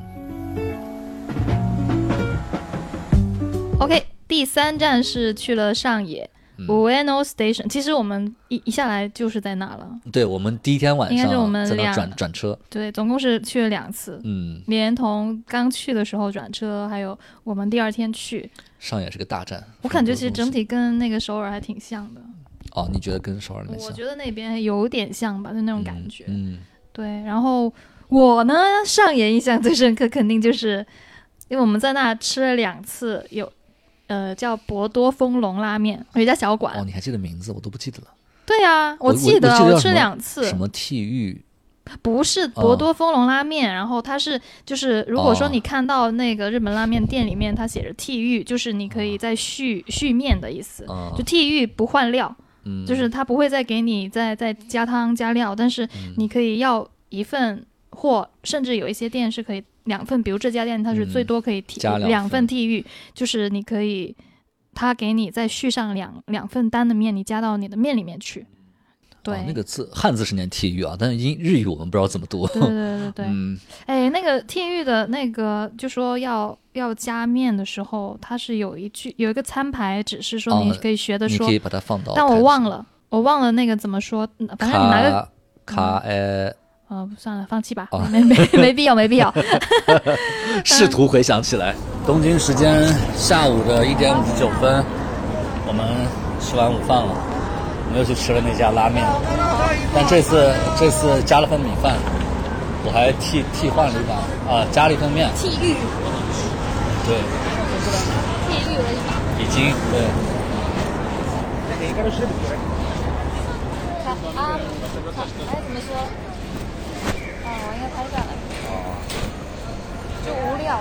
S2: OK，第三站是去了上野、Ueno
S1: 嗯
S2: Station。其实我们一一下来就是在那了，
S1: 对我们第一天晚
S2: 应该
S1: 上
S2: 是我们
S1: 在那
S2: 俩
S1: 转转车，
S2: 对，总共是去了两次，
S1: 嗯，
S2: 连同刚去的时候转车，还有我们第二天去，
S1: 上野是个大站，
S2: 我
S1: 很
S2: 感觉
S1: 多
S2: 其实
S1: 东
S2: 整
S1: 西
S2: 体跟那个首尔还挺像的，
S1: 哦，你觉得跟首尔那边
S2: 我
S1: 像？
S2: 觉得那边有点像吧，就那种感
S1: 嗯
S2: 觉。
S1: 嗯
S2: 对，然后我呢，上野印象最深刻，肯定就是因为我们在那吃了两次，有呃叫博多丰隆拉面，有一家小馆
S1: 哦，，你还记得名字，我都不记得了。
S2: 对啊，
S1: 我
S2: 记得
S1: 我记得叫什
S2: 吃
S1: 么
S2: 两次，
S1: 什么替玉？
S2: 不是博
S1: 哦
S2: 多丰隆拉面，然后它是就是如果说你看到那个日本拉面店里面它写着剃玉，就是你
S1: 哦
S2: 可以再续续面的意思，
S1: 啊
S2: 就剃玉不换料，
S1: 嗯，
S2: 就是它不会再给你再再加汤加料，但是
S1: 嗯
S2: 你可以要一份或甚至有一些店是可以两份，比如这家店它是最
S1: 嗯
S2: 多可以提
S1: 加两
S2: 两份
S1: 份
S2: 剃玉，就是你可以他给你再续上两两份单的面，你加到你的面里面去。对，
S1: 哦那个字汉字是念替玉啊，但是英日语我们不知道怎么读。
S2: 对对对对对，
S1: 嗯，
S2: 哎，那个天玉的那个，就说要要加面的时候，它是有一句有一个餐牌指示说
S1: 哦
S2: 你可以学的
S1: 你
S2: 说，
S1: 可以把它放到台子。
S2: 但我忘了，我忘了那个怎么说，嗯反正你拿个
S1: 卡卡哎，
S2: 呃算了，放弃吧，
S1: 哦
S2: 没没没必要，没必 要。嗯
S1: 试图回想起来。
S4: 东京时间下午的一点五十九分，我们吃完午饭了，我们又去吃了那家拉面，但这次这次加了份米饭，我还替替换了一把啊、加了一份面，
S3: 剃玉，
S4: 对，
S3: 剃玉了一把。
S4: 已经对。
S3: 啊，哎，怎么说？啊，我应该拍下来。就无聊，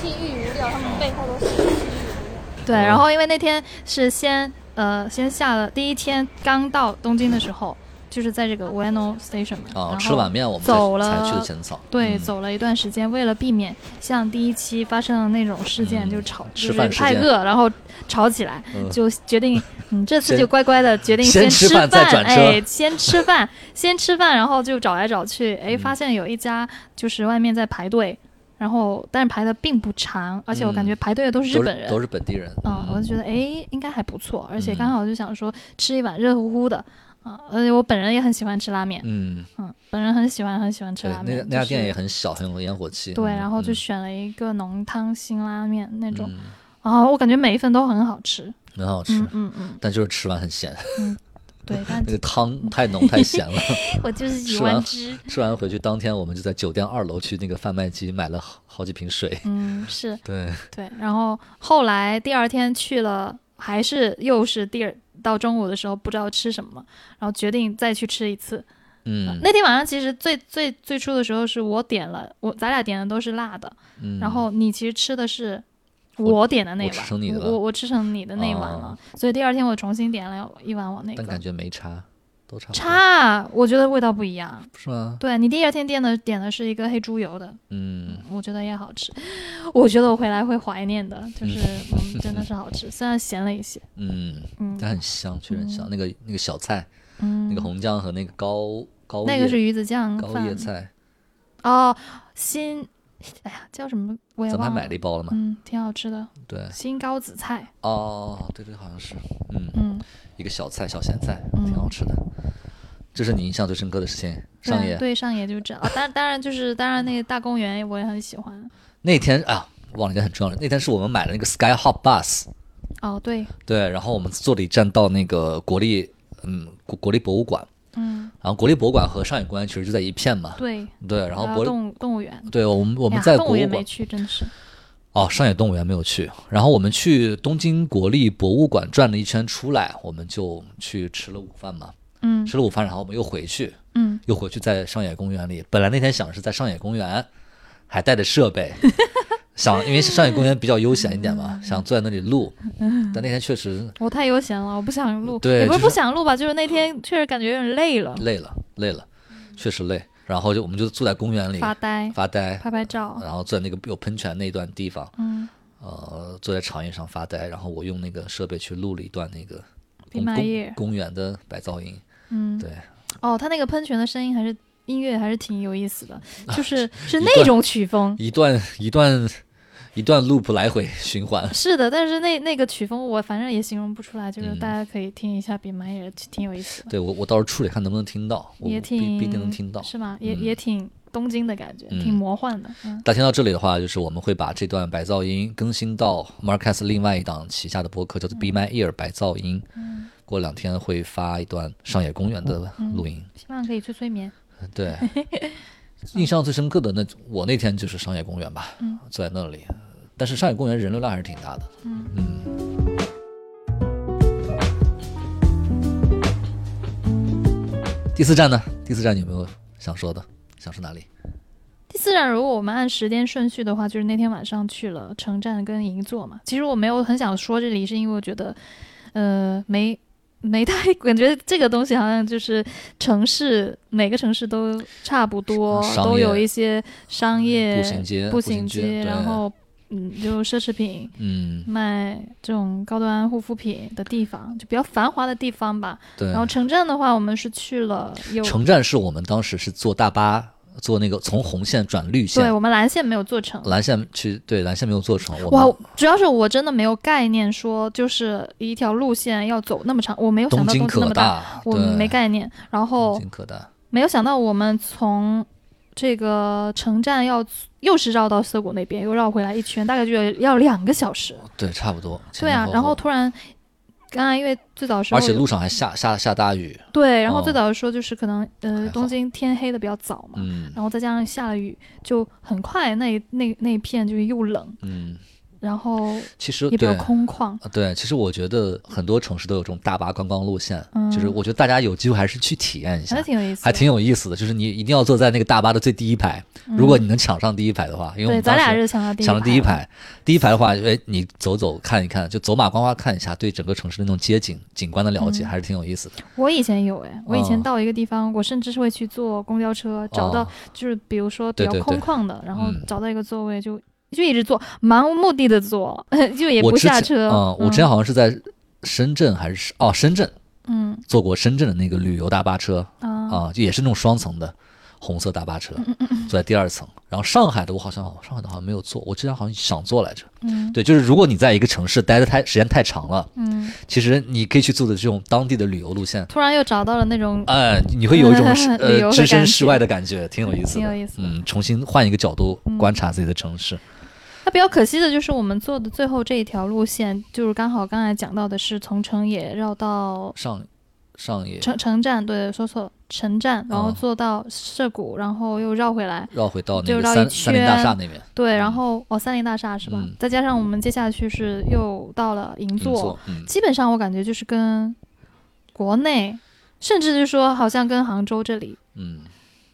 S3: 剃玉无聊，他们背后都是剃玉。
S2: 对，
S1: 嗯
S2: 然后因为那天是先呃先下了第一天刚到东京的时候，就是在这个 Ueno Station 嘛，然
S1: 啊
S2: 后，
S1: 吃碗面我们才
S2: 走了
S1: 才去的浅草。
S2: 对，
S1: 嗯
S2: 走了一段时间，为了避免像第一期发生的那种事件，
S1: 嗯
S2: 就吵，
S1: 吃
S2: 就是
S1: 饭时
S2: 太
S1: 间
S2: 饿，然后吵起来，就决定，嗯，这次
S1: 先
S2: 就乖乖的决定
S1: 先
S2: 吃
S1: 吃饭再转车
S2: 哎，先吃饭， 先吃饭，然后就找来找去，哎，
S1: 嗯
S2: 发现有一家就是外面在排队，然后但是排的并不长，而且我感觉排队的都是日
S1: 都
S2: 本人，
S1: 嗯都是嗯本地人。
S2: 嗯，我就觉得哎，应该还不错，而且刚好就想说吃一碗热乎乎的啊、而且我本人也很喜欢吃拉面，
S1: 嗯，
S2: 嗯，本人很喜欢很喜欢吃
S1: 对
S2: 拉，
S1: 那
S2: 面，
S1: 那家
S2: 就是
S1: 店也很小，很有烟火气。
S2: 对，
S1: 嗯
S2: 然后就
S1: 嗯
S2: 选了一个浓汤辛拉面那种，
S1: 嗯
S2: 啊，我感觉每一份都很好吃。
S1: 很好吃
S2: 嗯，嗯嗯，
S1: 但就是吃完很咸。
S2: 对，但
S1: 那个汤太浓太咸了。
S2: 我就是喜
S1: 吃
S2: 欢
S1: 完
S2: 吃。
S1: 吃完回去当天，我们就在酒店二楼去那个贩卖机买了好好几瓶水。
S2: 嗯，是
S1: 对，
S2: 对。然后后来第二天去了，还是又是第二到中午的时候不知道吃什么，然后决定再去吃一次。
S1: 嗯
S2: 啊那天晚上其实最最最初的时候是我点了，我咱俩点的都是辣的，
S1: 嗯。
S2: 然后你其实吃的是
S1: 我
S2: 我点的那
S1: 我
S2: 碗，
S1: 吃成你的
S2: 我我吃成你的那碗了，
S1: 哦
S2: 所以第二天我重新点了一碗我那
S1: 但
S2: 个
S1: 感。觉没差，都差不多
S2: 差，我觉得味道不一样。
S1: 是吗？
S2: 对你第二天点的点的是一个黑猪油的，
S1: 嗯，
S2: 我觉得也好吃。我觉得我回来会怀念的，就是嗯，真的是好 吃，虽然咸了一些。
S1: 嗯，
S2: 嗯
S1: 但很香，确实很
S2: 哦
S1: 香。那个那个小菜，那
S2: 嗯
S1: 个，红酱和那个高高
S2: 那个是
S1: 叶
S2: 鱼子酱
S1: 高
S2: 饭
S1: 叶菜，
S2: 哦，新，哎呀，叫什么我也
S1: 咱们还
S2: 忘
S1: 买
S2: 了
S1: 了。一包了嘛？
S2: 嗯，挺好吃的，
S1: 对，
S2: 新高紫菜。
S1: 哦，对对，好像是，嗯，
S2: 嗯，
S1: 一个小菜小咸菜，
S2: 嗯
S1: 挺好吃的。这是你印象最深刻的事情，上
S2: 对
S1: 野
S2: 对上野 就这样。哦，当当然就是当然那个大公园我也很喜欢。
S1: 那天啊，忘了一件很重要的，那天是我们买了那个 Sky Hop Bus，
S2: 哦，对，
S1: 对，然后我们坐了一站到那个国立，嗯，国国立博物馆，
S2: 嗯，
S1: 然后国立博物馆和上野公园其实就在一片嘛，
S2: 对，呃
S1: 对，然后博
S2: 动物动物园，
S1: 对我们我
S2: 我
S1: 们在
S2: 动
S1: 博
S2: 物园
S1: 物
S2: 没
S1: 馆
S2: 去，真的是。
S1: 哦，上野动物园没有去，然后我们去东京国立博物馆转了一圈出来，我们就去吃了午饭嘛，
S2: 嗯
S1: 吃了午饭，然后我们又回去，
S2: 嗯，
S1: 又回去在上野公园里。本来那天想是在上野公园，还带着设 备，想因为上野公园比较悠闲一点嘛，想坐在那里录，但那天确实
S2: 我太悠闲了，我不想录，
S1: 对
S2: 也不是
S1: 就
S2: 不
S1: 是
S2: 想录吧，就是那天确实感觉有点累了，
S1: 累了，累了，确实累。然后就我们就坐在公园里
S2: 嗯发呆，
S1: 发呆，
S2: 拍拍照，
S1: 然后坐在那个有喷泉那一段地方，
S2: 嗯，
S1: 呃，坐在长椅上发呆，然后我用那个设备去录了一段那个
S2: 闭
S1: 公
S2: 麦夜
S1: 公，公园的白噪音，
S2: 嗯，
S1: 对，
S2: 哦，他那个喷泉的声音还是音乐还是挺有意 思的，就是是
S1: 一
S2: 那
S1: 段
S2: 种曲风，
S1: 一段一段一段 loop 来回 循环，
S2: 是的，但是那那个曲风我反正也形容不出来，就是
S1: 嗯
S2: 大家可以听一下闭麦夜，挺有意思的，
S1: 对我我到时候处理看能不能听到，我
S2: 也
S1: 必
S2: 挺
S1: 必定能听到。
S2: 是吗？也
S1: 嗯
S2: 也挺东京的感觉，
S1: 嗯
S2: 挺魔幻的，嗯，
S1: 大家听到这里的话，就是我们会把这段白噪音更新到 Marcus 另外一档旗下的播客，叫
S2: 嗯
S1: 做 Be My Ear 白噪音。过两天会发一段上野公园的
S2: 嗯
S1: 录音。
S2: 希望可以去催眠，
S1: 对，印象最深刻的那我那天就是商业公园吧，
S2: 嗯
S1: 坐在那里，但是商业公园人流量还是挺大的。
S2: 嗯
S1: 嗯第四站呢？第四站有没有想说的？想说哪里？
S2: 第四站，如果我们按时间顺序的话，就是那天晚上去了城站跟银座嘛。其实我没有很想说这里，是因为我觉得，呃，没没太 感觉这个东西好像就是城市每个城市都差不多
S1: 商，业嗯
S2: 都有一些商业
S1: 步行街，
S2: 步
S1: 步
S2: 行
S1: 街，
S2: 街，
S1: 对
S2: 然后嗯，就奢侈品
S1: 嗯，
S2: 卖这种高端护肤品的地方，就比较繁华的地方吧。
S1: 对
S2: 然。后城站的话，我们是去了有。
S1: 城站是我们当时是坐大巴，坐那个从红线转绿
S2: 对
S1: 线，
S2: 我们蓝线没有做成，
S1: 蓝线去，对，蓝线没有坐成。我
S2: 哇
S1: 们，
S2: 主要是我真的没有概念，说就是一条路线要走那么长，我没有想
S1: 东
S2: 到
S1: 京
S2: 东京那
S1: 可
S2: 么大，
S1: 大，
S2: 我
S1: 对
S2: 没概念。然
S1: 东
S2: 后
S1: 京可大，
S2: 没有想到我们从这个城站要又是绕到涩谷那边，又绕回来一圈，大概就要要两个小时。
S1: 对，差不多。哦前
S2: 对啊
S1: 前，后
S2: 然后
S1: 后
S2: 突然。刚才因为最早时候
S1: 而
S2: 有，
S1: 且路上还下下下大雨，
S2: 对，然后
S1: 哦
S2: 最早的时候就是可能、
S1: 还
S2: 呃
S1: 好
S2: 东京天黑的比较早嘛，
S1: 嗯
S2: 然后再加上下了雨，就很快那一那那一片就是又冷，
S1: 嗯，
S2: 然后
S1: 其实
S2: 也比
S1: 对。
S2: 较
S1: 呃
S2: 空旷，
S1: 对，其实我觉得很多城市都有这种大巴观光路线，
S2: 嗯
S1: 就是我觉得大家有机会还是去体验一
S2: 还
S1: 下
S2: 是，挺有意思的，
S1: 还挺有意思的。就是你一定要坐在那个大巴的最第一排，
S2: 嗯
S1: 如果你能抢上第一排的话，因为我
S2: 对，
S1: 们
S2: 咱
S1: 当
S2: 俩
S1: 时
S2: 是抢到第一
S1: 抢了第一
S2: 排
S1: 排，第一排的话，哎，你走走看一看，就走马观花看一下，对整个城市的那种街景景观的了
S2: 嗯
S1: 解、还是挺有意思的。
S2: 了。我以前有哎，我以前
S1: 哦
S2: 到一个地方，我甚至是会去坐公交车，找到
S1: 哦
S2: 就是比如说比
S1: 对
S2: 较
S1: 对
S2: 空
S1: 对
S2: 旷的，然后
S1: 嗯
S2: 找到一个座位就就一直坐，漫无目的的坐， 就也
S1: 我
S2: 不
S1: 之
S2: 下
S1: 前
S2: 车。
S1: 嗯，我之前好像是在深圳还是哦深圳
S2: 嗯
S1: 坐过深圳的那个旅游大巴车，
S2: 啊
S1: 啊，就也是那种双层的红色大巴车，
S2: 嗯
S1: 坐在第二层。然后上海的我好像上海的好像没有坐，我之前好像想坐来着。
S2: 嗯
S1: 对，就是如果你在一个城市待的太时间太长了，
S2: 嗯，
S1: 其实你可以去做的这种当地的旅游路线，
S2: 突然又找到了那种
S1: 哎、你会有一种 是
S2: 旅游
S1: 呃
S2: 的
S1: 置
S2: 感
S1: 身
S2: 觉
S1: 事外的感觉，挺有意思
S2: 挺有
S1: 的。
S2: 意思的。嗯
S1: 嗯，重新换一个角度观察自己的城市。
S2: 那比较可惜的就是我们坐的最后这一条路线，就是刚好刚才讲到的是从城野绕到
S1: 上上野，
S2: 城城站，对，说错了，城站，然后
S1: 哦
S2: 坐到涉谷，然后又绕回来，
S1: 绕回到那
S2: 就
S1: 个
S2: 绕一
S1: 三三林大
S2: 圈
S1: 厦那边，
S2: 对，然后哦，三林大厦是吧？
S1: 嗯
S2: 再加上我们接下去是又到了银座，
S1: 座，嗯，
S2: 基本上我感觉就是跟国内，甚至是说好像跟杭州这里
S1: 嗯，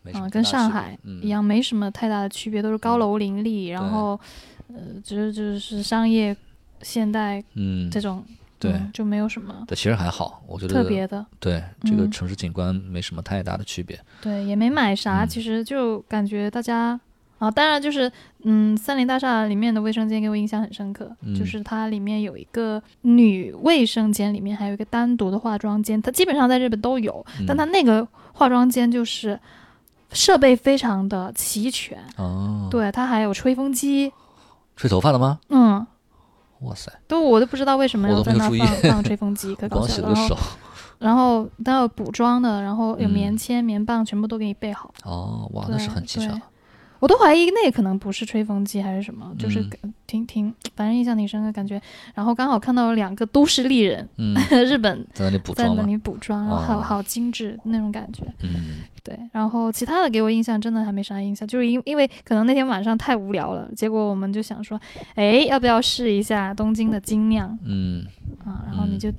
S1: 没什
S2: 啊、
S1: 么太大区别、
S2: 跟上海一
S1: 嗯
S2: 样，没什么太大的区别，都是高楼林立，然
S1: 对
S2: 后呃，就是就是商业现代
S1: 嗯，
S2: 这种，
S1: 对
S2: 嗯就没有什么
S1: 对，其实还好，我觉得
S2: 特别的，
S1: 对这个
S2: 嗯
S1: 城市景观没什么太大的区别，
S2: 对，也没买啥，
S1: 嗯
S2: 其实就感觉大家啊，当然就是嗯，三林大厦里面的卫生间给我印象很深刻，
S1: 嗯
S2: 就是它里面有一个女卫生间，里面还有一个单独的化妆间，它基本上在日本都有，
S1: 嗯
S2: 但它那个化妆间就是设备非常的齐全，
S1: 哦，
S2: 对，它还有吹风机，
S1: 吹头发了吗？
S2: 嗯。
S1: 哇塞，
S2: 都我都不知道为什么
S1: 我
S2: 要
S1: 都
S2: 在
S1: 没有
S2: 那
S1: 注意
S2: 放放吹风机，可
S1: 我
S2: 搞
S1: 光
S2: 笑
S1: 洗
S2: 了。
S1: 了个
S2: 然
S1: 手
S2: 后，然后它有补妆的，然后有棉
S1: 嗯
S2: 签、棉棒，全部都给你备好。
S1: 哦，哇，那是
S2: 对
S1: 很齐全
S2: 对
S1: 了，
S2: 我都怀疑那可能不是吹风机还是什么，就是
S1: 嗯
S2: 感挺挺，反正印象挺深的感觉。然后刚好看到了两个都市丽人，
S1: 嗯，
S2: 日本
S1: 在那里补
S2: 在
S1: 妆
S2: 那
S1: 吗？
S2: 里补妆，然后好
S1: 哦
S2: 好精致那种感觉。
S1: 嗯，
S2: 对，然后其他的给我印象真的还没啥印象，就是因因为可能那天晚上太无聊了，结果我们就想说，哎，要不要试一下东京的精酿
S1: 嗯
S2: 啊？然后
S1: 嗯
S2: 你就、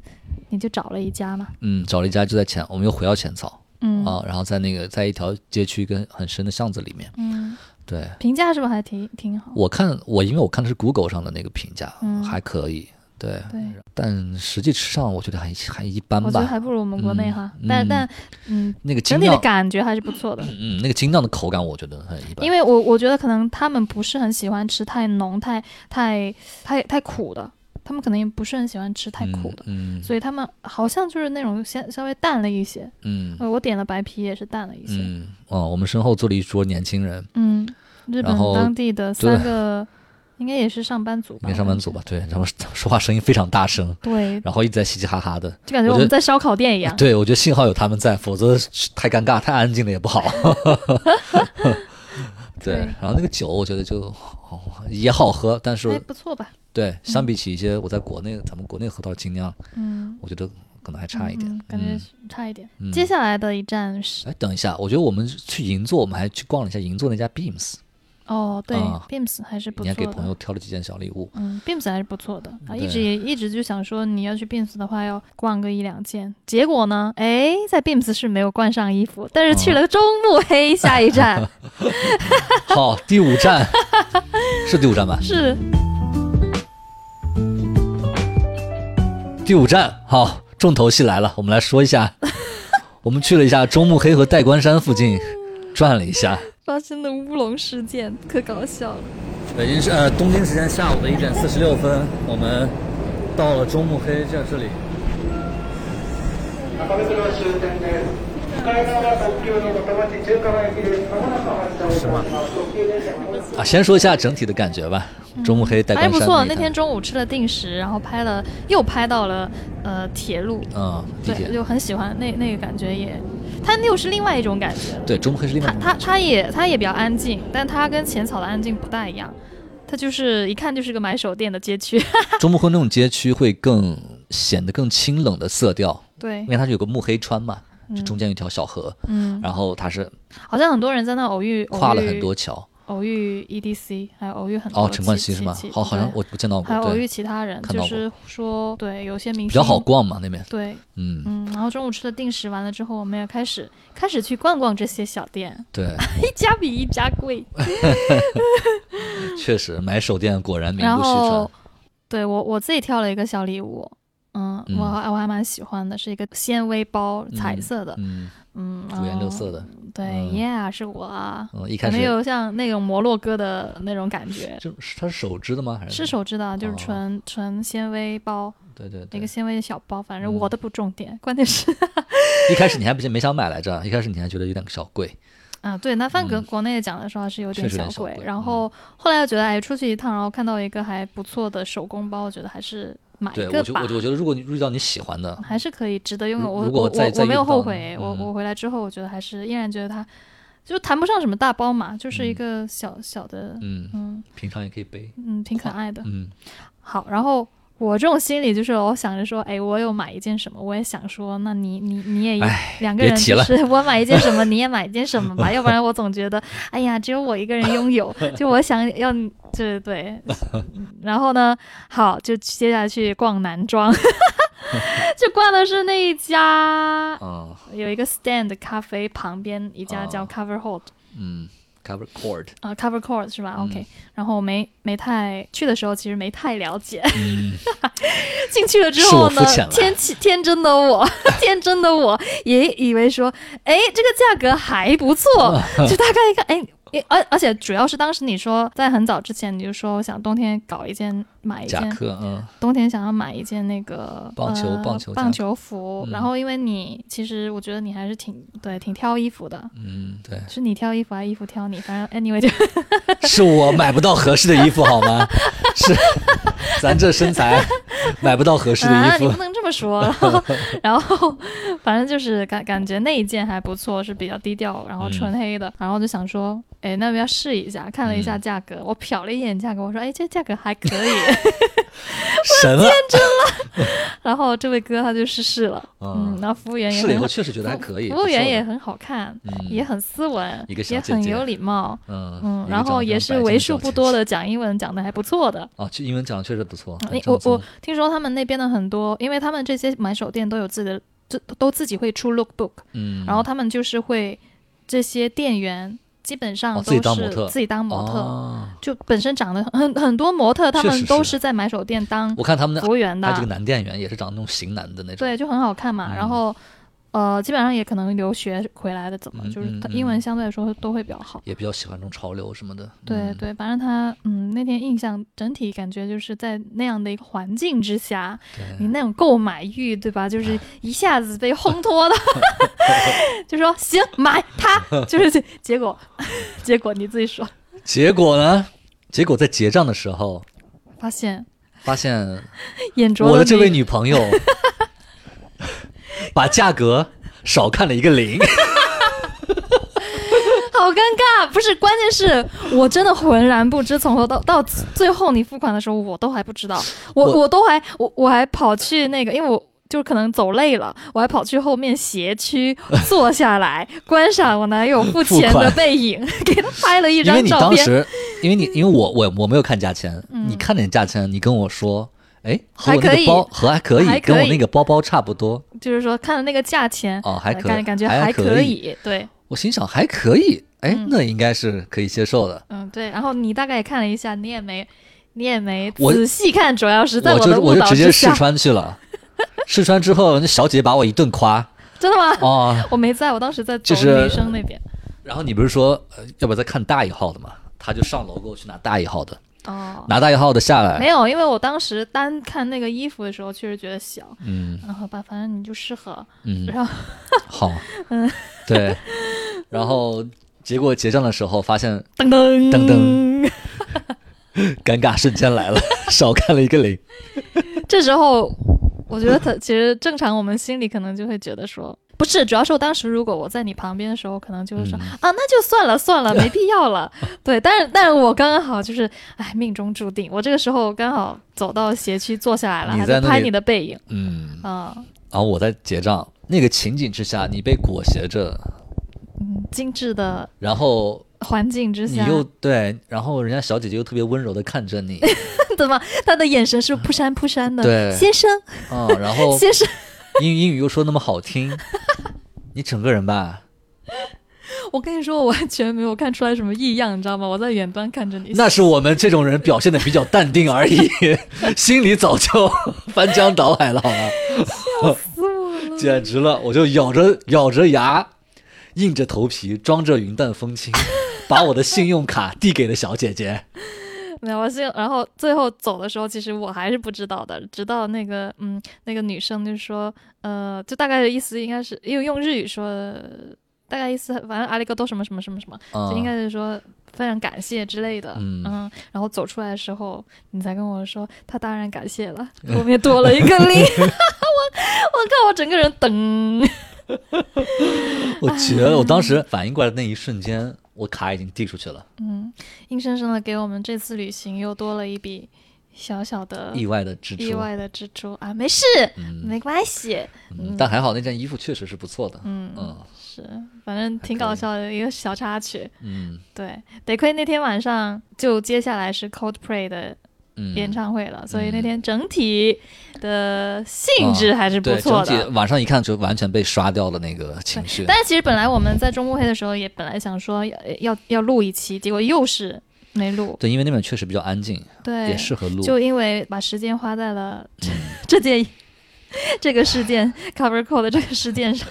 S2: 你就找了一家嘛，
S1: 嗯，找了一家就在浅，我们又回到浅草
S2: 嗯、
S1: 啊，然后在那个在一条街区跟很深的巷子里面，
S2: 嗯，
S1: 对
S2: 评价是不是还挺挺好？
S1: 我看我因为我看的是 Google 上的那个评价，
S2: 嗯
S1: 还可以，对，
S2: 对。
S1: 但实际吃上我觉得还还一般
S2: 我觉得
S1: 吧。
S2: 还不如我们国内哈，
S1: 嗯
S2: 但
S1: 嗯
S2: 但嗯，
S1: 那个精
S2: 整体的
S1: 酿，
S2: 感觉还是不错的。
S1: 嗯，那个精酿的口感我觉得很一般，
S2: 因为我我觉得可能他们不是很喜欢吃太浓、太太太太苦的，他们可能也不是很喜欢吃太苦的，
S1: 嗯，
S2: 所以他们好像就是那种先稍微淡了一些。
S1: 嗯嗯
S2: 呃，我点的白啤也是淡了一些。
S1: 嗯，哦，我们身后坐了一桌年轻人，
S2: 嗯，日本
S1: 然后
S2: 当地的
S1: 对
S2: 三个应该也是上班族吧，
S1: 应该上班族吧？对，他们他们 说话声音非常大声，
S2: 我感觉。对，
S1: 然后一直在嘻嘻哈哈的，
S2: 就感
S1: 我
S2: 觉
S1: 觉
S2: 我们
S1: 得
S2: 在烧烤店一样。
S1: 对，我觉得幸好有他们在，否则是太尴尬、太安静了也不 好。对
S2: 对，
S1: 然后那个酒我觉得就、哦也好喝，但
S2: 还
S1: 是
S2: 哎不错吧？
S1: 对，相比起一些我在国内、咱们国内喝到的精酿，
S2: 嗯，
S1: 我觉得可能还差一点。
S2: 嗯感觉是差一点。
S1: 嗯
S2: 接下来的一站是
S1: 哎，等一下，我觉得我们去银座，我们还去逛了一下银座那家 Beams，
S2: 哦，对
S1: 啊
S2: ，Beams 还是不
S1: 你
S2: 错
S1: 还
S2: 的。
S1: 给朋友挑了几件小礼物。
S2: 嗯，Beams 还是不错的啊，一
S1: 对
S2: 直也一直就想说你要去 Beams 的话，要逛个一两件。结果呢，哎，在 Beams 是没有逛上衣服，但是
S1: 哦
S2: 去了中目 黑下一站、
S1: 好，第五站 是第五站吧？
S2: 是
S1: 第五站，好，重头戏来了，我们来说一下，我们去了一下中目黑和代官山附近，转了一下。
S2: 发生的乌龙事件，可搞笑了。
S4: 北京时呃东京时间下午的一点四十六分，我们到了中目黑这这里。
S1: 啊，先说一下整体的感觉吧。中目黑代官
S2: 还
S1: 山
S2: 嗯哎不错，
S1: 一
S2: 那
S1: 趟
S2: 天中午吃了定时，然后拍了又拍到了呃铁路，
S1: 嗯，地
S2: 对，
S1: 铁
S2: 就很喜欢那那个感觉也，它又是另外一种感觉了。
S1: 对中目黑是另外
S2: 它
S1: 一种
S2: 它它也它也比较安静，但它跟浅草的安静不大一样，它就是一看就是个买手店的街区。
S1: 中目黑那种街区会更显得更清冷的色调，
S2: 对
S1: 因，为它是有个目黑川嘛，就中间有一条小河，
S2: 嗯，
S1: 然后它是
S2: 好像很多人在那偶遇，偶遇
S1: 跨了很多桥。
S2: 偶遇 EDC，还有偶遇很多
S1: 哦，陈冠希
S2: 其
S1: 是吗
S2: 其？
S1: 好，好像
S2: 对
S1: 我我见到
S2: 还有
S1: 过，
S2: 偶遇
S1: 对，
S2: 其他人，
S1: 看到过
S2: 就是说对有些明星
S1: 比较好。逛嘛那边，
S2: 对，
S1: 嗯，
S2: 嗯，然后中午吃了定时完了之后，我们也开始开始去逛逛这些小店，
S1: 对，
S2: 一家比一家贵。
S1: 确实买手店果然名
S2: 然
S1: 不虚传
S2: 后，，对我我自己挑了一个小礼物，嗯，
S1: 嗯
S2: 我还我还蛮喜欢的，是一个纤维包，彩色的，
S1: 嗯，
S2: 嗯，
S1: 五颜六色
S2: 的，
S1: 的，
S2: 对
S1: 嗯
S2: ，Yeah，是我啊，
S1: 嗯，一
S2: 可
S1: 开
S2: 能
S1: 始
S2: 有像那种摩洛哥的那种感觉，
S1: 就是它是手织的吗？还是
S2: 是？手织的，就是
S1: 哦
S2: 纯、纯纤维包，
S1: 对对
S2: 一
S1: 对
S2: 个，纤维的小包，反正
S1: 嗯
S2: 我的不重点，关 键是
S1: 一开始你还不没想买来着，一开始你还觉得有点小贵，
S2: 啊，对，那范格
S1: 嗯
S2: 国内讲的时候是有点
S1: 确实有
S2: 小
S1: 点小嗯
S2: 贵，
S1: 贵
S2: 然后后来又觉得哎，出去一趟，然后看到一个还不错的手工包，我觉得还是买啊一
S1: 对，
S2: 个
S1: 我觉
S2: 吧
S1: 我。我觉得如果你遇到你喜欢的，
S2: 还是可以值得拥有。
S1: 如
S2: 我
S1: 如果
S2: 我
S1: 再
S2: 我
S1: 再
S2: 我没有
S1: 遇到
S2: 后
S1: 呢
S2: 悔，我
S1: 嗯
S2: 我回来之后，我觉得还是依然觉得它就谈不上什么大包嘛，就是一个小小的，
S1: 嗯，
S2: 嗯
S1: 平常也可以背，
S2: 嗯，挺可爱的。
S1: 嗯
S2: 好，然后我这种心理就是，我想着说，哎，我有买一件什么，我也想说，那你你你也
S1: 哎
S2: 两个人
S1: 别提
S2: 就
S1: 了
S2: 是 我买一件 什么，你也买一件什么吧，要不然我总觉得，哎呀，只有我一个人拥有，就我想要，就是 对。然后呢，好，就接下去逛男装， 就逛的是那一家
S1: 啊，
S2: 有一个 stand 咖啡旁边一家
S1: 哦
S2: 叫 Cover Hold
S1: 嗯，cover cord，
S2: 啊、c o v e r Court 是吧、o
S1: 嗯
S2: k 然后我没没太去的时候，其实没太了解。 进去了之
S1: 嗯
S2: 后
S1: 是我
S2: 呢
S1: 肤浅，了
S2: 天气天真的我， 天真的我也以为说，哎，这个价格还 不错，就大概一看，哎。诶而而且主要是当时你说在很早之前你就说想冬天搞一件买一
S1: 夹
S2: 件
S1: 克，嗯，
S2: 冬天想要买一件那个
S1: 棒球
S2: 呃
S1: 棒球夹
S2: 棒
S1: 克
S2: 球服，
S1: 嗯
S2: 然后因为你其实我觉得你还是挺对挺挑衣服的，
S1: 嗯，对，
S2: 是你挑衣服还是衣服挑你？反正 anyway 就
S1: 是我买不到合适的衣服好吗？是，咱这身材买不到合适的
S2: 啊，
S1: 衣
S2: 你
S1: 服
S2: 不。能这 么说。然后，然后反正就是感感觉那一件还不错，是比较低调，然
S1: 嗯
S2: 后纯黑的。然后就想说，哎，那要不要试一下？看了一
S1: 嗯
S2: 下价格，我瞟了一眼价格，我说，哎，这价格还可 以。
S1: 神了，啊
S2: 然后这位哥他就试试了，嗯，然后服务员也
S1: 试了以
S2: 很
S1: 后
S2: 好
S1: 确实觉得还可以，
S2: 服务
S1: 不错
S2: 员
S1: 的
S2: 也很好看，
S1: 嗯
S2: 也很斯文，
S1: 一个小
S2: 也
S1: 姐
S2: 很
S1: 姐
S2: 有礼貌。
S1: 嗯
S2: 嗯，
S1: 一个
S2: 然
S1: 长
S2: 后
S1: 得
S2: 也
S1: 像
S2: 是
S1: 白净
S2: 为
S1: 的
S2: 数
S1: 小
S2: 不
S1: 姐
S2: 多
S1: 姐
S2: 的讲英文讲的还不错的，
S1: 啊，去英文讲的确实不错。
S2: 你
S1: 哎
S2: 我我
S1: 这么
S2: 听说他们那边的很多，因为他们这些买手店都有自己的，就都自己会出 lookbook，、
S1: 嗯，
S2: 然后他们就是会这些店员基本上
S1: 哦
S2: 都
S1: 自
S2: 是
S1: 己当模特
S2: 自己当模特
S1: 哦
S2: 就本身长得很很很多模特，他
S1: 确实
S2: 们
S1: 是
S2: 都是在买手店当
S1: 我看他们的
S2: 服务员的，
S1: 他这个男嗯店员也是长得那种型男的那种，
S2: 对，就很好看嘛。然后呃，基本上也可能留学回来的，怎么、
S1: 嗯
S2: 就是
S1: 嗯
S2: 他
S1: 嗯
S2: 英文相对来说都会比较好。
S1: 也比较喜欢这种潮流什么的。
S2: 对
S1: 嗯
S2: 对，反正他嗯，那天印象整体感觉就是在那样的一个环境之下，你那种购买欲，对吧？就是一下子被烘托了， 就说行买它， 就是这结果， 结果你自己说，
S1: 结果呢？结果在结账的时候，
S2: 发现
S1: 发现
S2: 眼拙
S1: 我的
S2: 的
S1: 这位
S2: 你
S1: 女朋 友把价格少看了一个零。
S2: 好尴尬，不是，关键是我真的浑然不知，从头到到最后你付款的时候，我都还不知道，我
S1: 我
S2: 我都还我我还跑去那个，因为我。就可能走累了，我还跑去后面斜区坐下来观赏我男友付
S1: 付
S2: 钱的
S1: 款
S2: 背影， 给他拍了一
S1: 因为
S2: 张
S1: 你
S2: 照
S1: 当
S2: 片，嗯
S1: 时，因为你因为我我我没有看价钱，你看点价钱，你跟我说，哎，和我那
S2: 还可以
S1: 个包和还可以，
S2: 还可以
S1: 跟我那个包包差不多。
S2: 就是说看了那个价钱，
S1: 哦还
S2: 呃
S1: 可
S2: 感感觉
S1: 还
S2: 还
S1: 可
S2: 可
S1: 以
S2: 以，对，
S1: 我心想还可以，哎，那应该是可以接受的。
S2: 嗯对，然后你大概也看了一下，你也没你也没
S1: 我
S2: 仔细看，主要是在
S1: 我
S2: 的
S1: 就
S2: 误
S1: 我就
S2: 导
S1: 直接
S2: 之
S1: 试
S2: 下，
S1: 穿去 了，试穿之后那小姐把我一顿夸
S2: 真的吗？
S1: 哦，
S2: 我没在，我当时在走
S1: 就是
S2: 女生那边，
S1: 然后你不是说呃要不要再看大一号的嘛？他就上楼给我去拿大一号的，
S2: 哦，
S1: 拿大一号的下来，
S2: 没有，因为我当时单看那个衣服的时候，确实觉得小。
S1: 嗯
S2: 然后吧，反正你就适合。
S1: 嗯，
S2: 然后
S1: 好，
S2: 嗯
S1: 对，然后结果结账的时候发现
S2: 噔噔
S1: 噔噔，
S2: 嗯
S1: 尴尬瞬间 来了，少看了一个零，
S2: 这时候我觉得他其实正常，我们心里可能就会觉得说，不是，主要是我当时如果我在你旁边的时候，可能就会
S1: 嗯
S2: 说、啊，那就算了算了，没必 要了。对，但是但是我刚刚好就是，哎，命中注定，我这个时候刚好走到斜区坐下来了，
S1: 你
S2: 还
S1: 在
S2: 在
S1: 那
S2: 拍
S1: 里
S2: 你的背影
S1: 嗯，
S2: 啊、
S1: 然后我在结账，那个情景之下你被裹挟着，
S2: 嗯，精致的
S1: 然后
S2: 环境之
S1: 你
S2: 下，
S1: 又对，然后人家小姐姐又特别温柔的看着你
S2: 怎么他的眼神是 扑闪扑闪的？
S1: 对
S2: 先生，
S1: 啊、然后
S2: 先生。
S1: 英语英语又说那么好听，你整个人吧。
S2: 我跟你说，我完全没有看出来什么异样，你知道吗？我在远端看着你。
S1: 那是我们这种人表现的比较淡定而已， 心里早就翻江倒海了，好吗？简直了！我就咬着咬着牙，硬着头皮，装着云淡风轻，把我的信用卡递给了小姐姐。
S2: 没有，我是然后最后走的时候，其实我还是不知道的，直到那个嗯，那个女生就说，呃，就大概的意思应该是，因为用日语说的，大概意思反正阿里哥多什么什么什么什么，
S1: 啊、
S2: 就应该是说非常感谢之类的，
S1: 嗯
S2: 然后走出来的时候，你才跟我说他当然感 谢了，后面多了一个零， 我我靠，我整个人噔，
S1: 我觉得我当时反应过来的那一瞬间，
S2: 嗯
S1: 我卡已经递出去了。
S2: 硬生生的给我们这次旅行又多了一笔小小的
S1: 意外的支出，
S2: 嗯意外的支出啊，没事，没关系，
S1: 嗯但还好那件衣服确实是不错的，
S2: 嗯
S1: 嗯
S2: 是，反正挺搞笑的一个小插曲。
S1: 嗯
S2: 对，得亏那天晚上就接下来是 Coldplay 的
S1: 嗯，
S2: 演唱会了，所以
S1: 嗯
S2: 那
S1: 啊
S2: 天整体的性质还是不
S1: 对
S2: 错
S1: 整
S2: 的。
S1: 体晚上一看就完全被刷掉了那个情绪，
S2: 但其实本来我们在中幕黑的时候也本来想说要要要录一期，结果又是没录。
S1: 对，因为那边确实比较安静，
S2: 对，
S1: 也适合录，嗯
S2: 就因为把时间花在了 这件这个事 件 Cover Code 的这个事件上，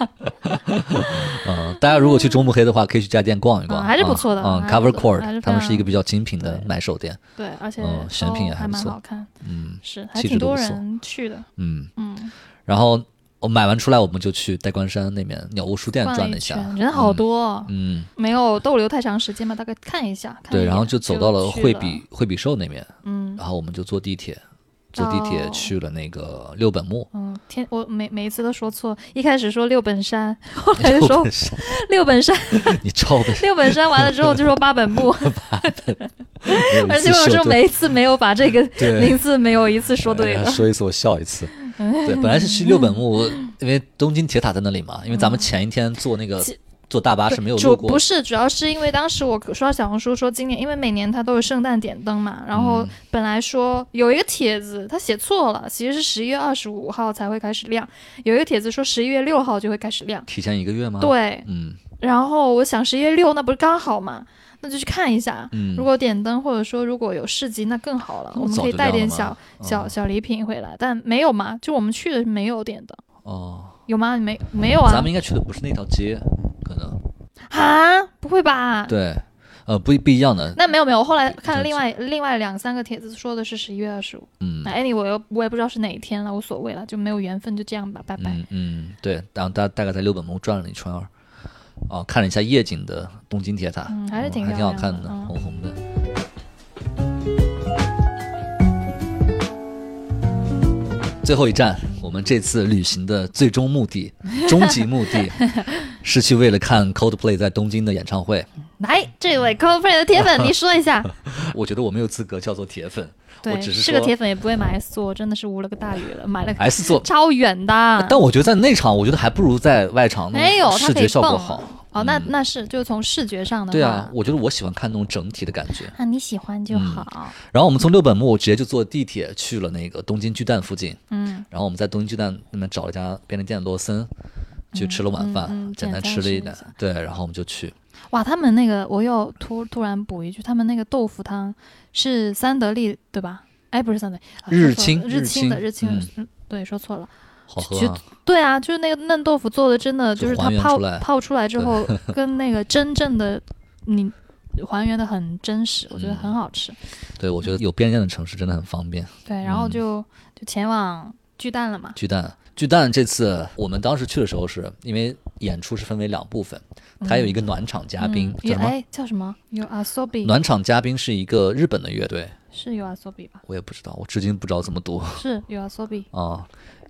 S1: 嗯，大家如果去中目黑的话，可以去这家店逛一逛，
S2: 啊还是不错的
S1: 嗯
S2: 还是
S1: ，Cover
S2: 不错还是
S1: Cord，
S2: 非
S1: 他们是一个
S2: 常
S1: 比较精品的
S2: 对
S1: 买手店，
S2: 对，而且
S1: 嗯选品也
S2: 都
S1: 还
S2: 还
S1: 不
S2: 蛮
S1: 错
S2: 好看，
S1: 嗯
S2: 是还
S1: 气质
S2: 挺
S1: 都
S2: 多
S1: 不错
S2: 人去的，
S1: 嗯。
S2: 嗯，
S1: 然后我买完出来，我们就去代官山那边鸟屋书店
S2: 逛
S1: 转
S2: 了
S1: 了
S2: 一
S1: 一下
S2: 圈，人好多哦，
S1: 嗯，
S2: 没有逗留太长时间吧，大概看一下，看一
S1: 对，
S2: 眼
S1: 然后就走到了
S2: 去
S1: 惠比惠比寿那边，
S2: 嗯
S1: 然后我们就坐地铁，坐地铁
S2: 哦
S1: 去了那个六本木。
S2: 嗯，天，我每每一次都说错，一开始说六本山， 后来就说六本山，
S1: 你照呗，
S2: 六本山完了之后就说八本木，
S1: 没有一
S2: 而且
S1: 次
S2: 我
S1: 秀
S2: 说
S1: 对
S2: 每一次没有把这个
S1: 对
S2: 名字没有一次说对
S1: 哎
S2: 了
S1: 呀，说一次我笑一 次。对，本来是去六本木，因为东京铁塔在那里嘛，因为咱们前一天坐那个
S2: 其
S1: 坐大巴是没有
S2: 主
S1: 路过
S2: 嗯不，是，主要是因为当时我刷小红书说今年，因为每年它都有圣诞点灯嘛，然后
S1: 嗯
S2: 本来说有一个帖子他写错了，其实是十一月二十五号才会开始亮，有一个帖子说十一月六号就会开始亮，
S1: 提前一个月吗？，
S2: 对，
S1: 嗯
S2: 然后我想十一月六那不是刚好嘛，那就去看一下。
S1: 嗯
S2: 如，果点灯或者说如果有市集，那更好了，
S1: 那么
S2: 我们
S1: 早
S2: 可以
S1: 就
S2: 带
S1: 亮
S2: 点
S1: 了
S2: 小
S1: 吗
S2: 小
S1: 哦
S2: 小礼品回来，但没有嘛，就我们去的没有点灯，
S1: 哦，
S2: 有吗？没没有啊？
S1: 咱们应该去的不是那条街，可能
S2: 啊，不会吧？
S1: 对，呃，不不一样的，
S2: 那没有没有，我后来
S1: 这
S2: 看了另外另外两三个帖子说的是十一月二十五，
S1: 嗯
S2: 那 anyway 我也不知道是哪一天了，无所谓了，就没有缘分，就这样吧，拜拜。
S1: 嗯嗯，对，然后大大概在六本木转了一圈儿，哦，看了一下夜景的东京铁塔，
S2: 嗯还是
S1: 嗯
S2: 挺
S1: 还挺
S2: 漂
S1: 好
S2: 亮
S1: 看
S2: 的
S1: 的，
S2: 嗯
S1: 红红的。最后一站，我们这次旅行的最终目 的、终极目的，是去为了看 Coldplay 在东京的演唱会。
S2: 来，这位 Coldplay 的铁粉，你说一下，
S1: 我觉得我没有资格叫做铁粉， 我
S2: 对，
S1: 只
S2: 是
S1: 说
S2: 个铁粉也不会买 S 座，真的是无了个大雨了，买了个
S1: S 座。
S2: 超远的，
S1: 哎但我觉得在内场，我觉得还不如在外场那
S2: 没有，
S1: 种
S2: 它
S1: 视
S2: 可以
S1: 觉效果
S2: 蹦
S1: 好。嗯
S2: 哦，那那是就从视觉上的话，
S1: 对啊，我觉嗯得我喜欢看那种整体的感觉。
S2: 啊你喜欢就好，
S1: 然后我们从六本木直接就坐地铁去了那个东京巨蛋附近，
S2: 嗯，
S1: 然后我们在东京巨蛋那边找了一家便利店罗森，去吃了晚饭，
S2: 嗯嗯嗯
S1: 简单
S2: 简单
S1: 吃了
S2: 吃
S1: 一
S2: 一
S1: 点
S2: 下，
S1: 对，然后我们就去，
S2: 哇，他们那个我又突突然补一句，他们那个豆腐汤是三得利对吧？哎，不是三得利，啊
S1: 日
S2: 说错了
S1: 清
S2: 日
S1: 日
S2: 清的
S1: 清
S2: 日清
S1: 嗯，
S2: 嗯对，说错了。
S1: 好
S2: 就
S1: 喝
S2: 就
S1: 啊，
S2: 对啊，就是那个嫩豆腐做的，真的
S1: 就
S2: 就是它
S1: 还原
S2: 泡
S1: 出来
S2: 泡出来之后， 跟那个真正的你还原的很真实，我觉得
S1: 嗯
S2: 很好吃。
S1: 对我觉得有便利店的城市真的很方便。
S2: 对，然后
S1: 嗯
S2: 就就前往巨蛋了嘛。
S1: 巨蛋，巨蛋这次我们当时去的时候是因为演出是分为两部分，它有一个暖场嘉宾，
S2: 嗯
S1: 叫什么？
S2: 哎叫什么？有 asobi
S1: 暖场嘉宾是一个日本的乐队，
S2: 是有 asobi 吧？
S1: 我也不知道，我至今不知道怎么读啊、
S2: 是有 asobi。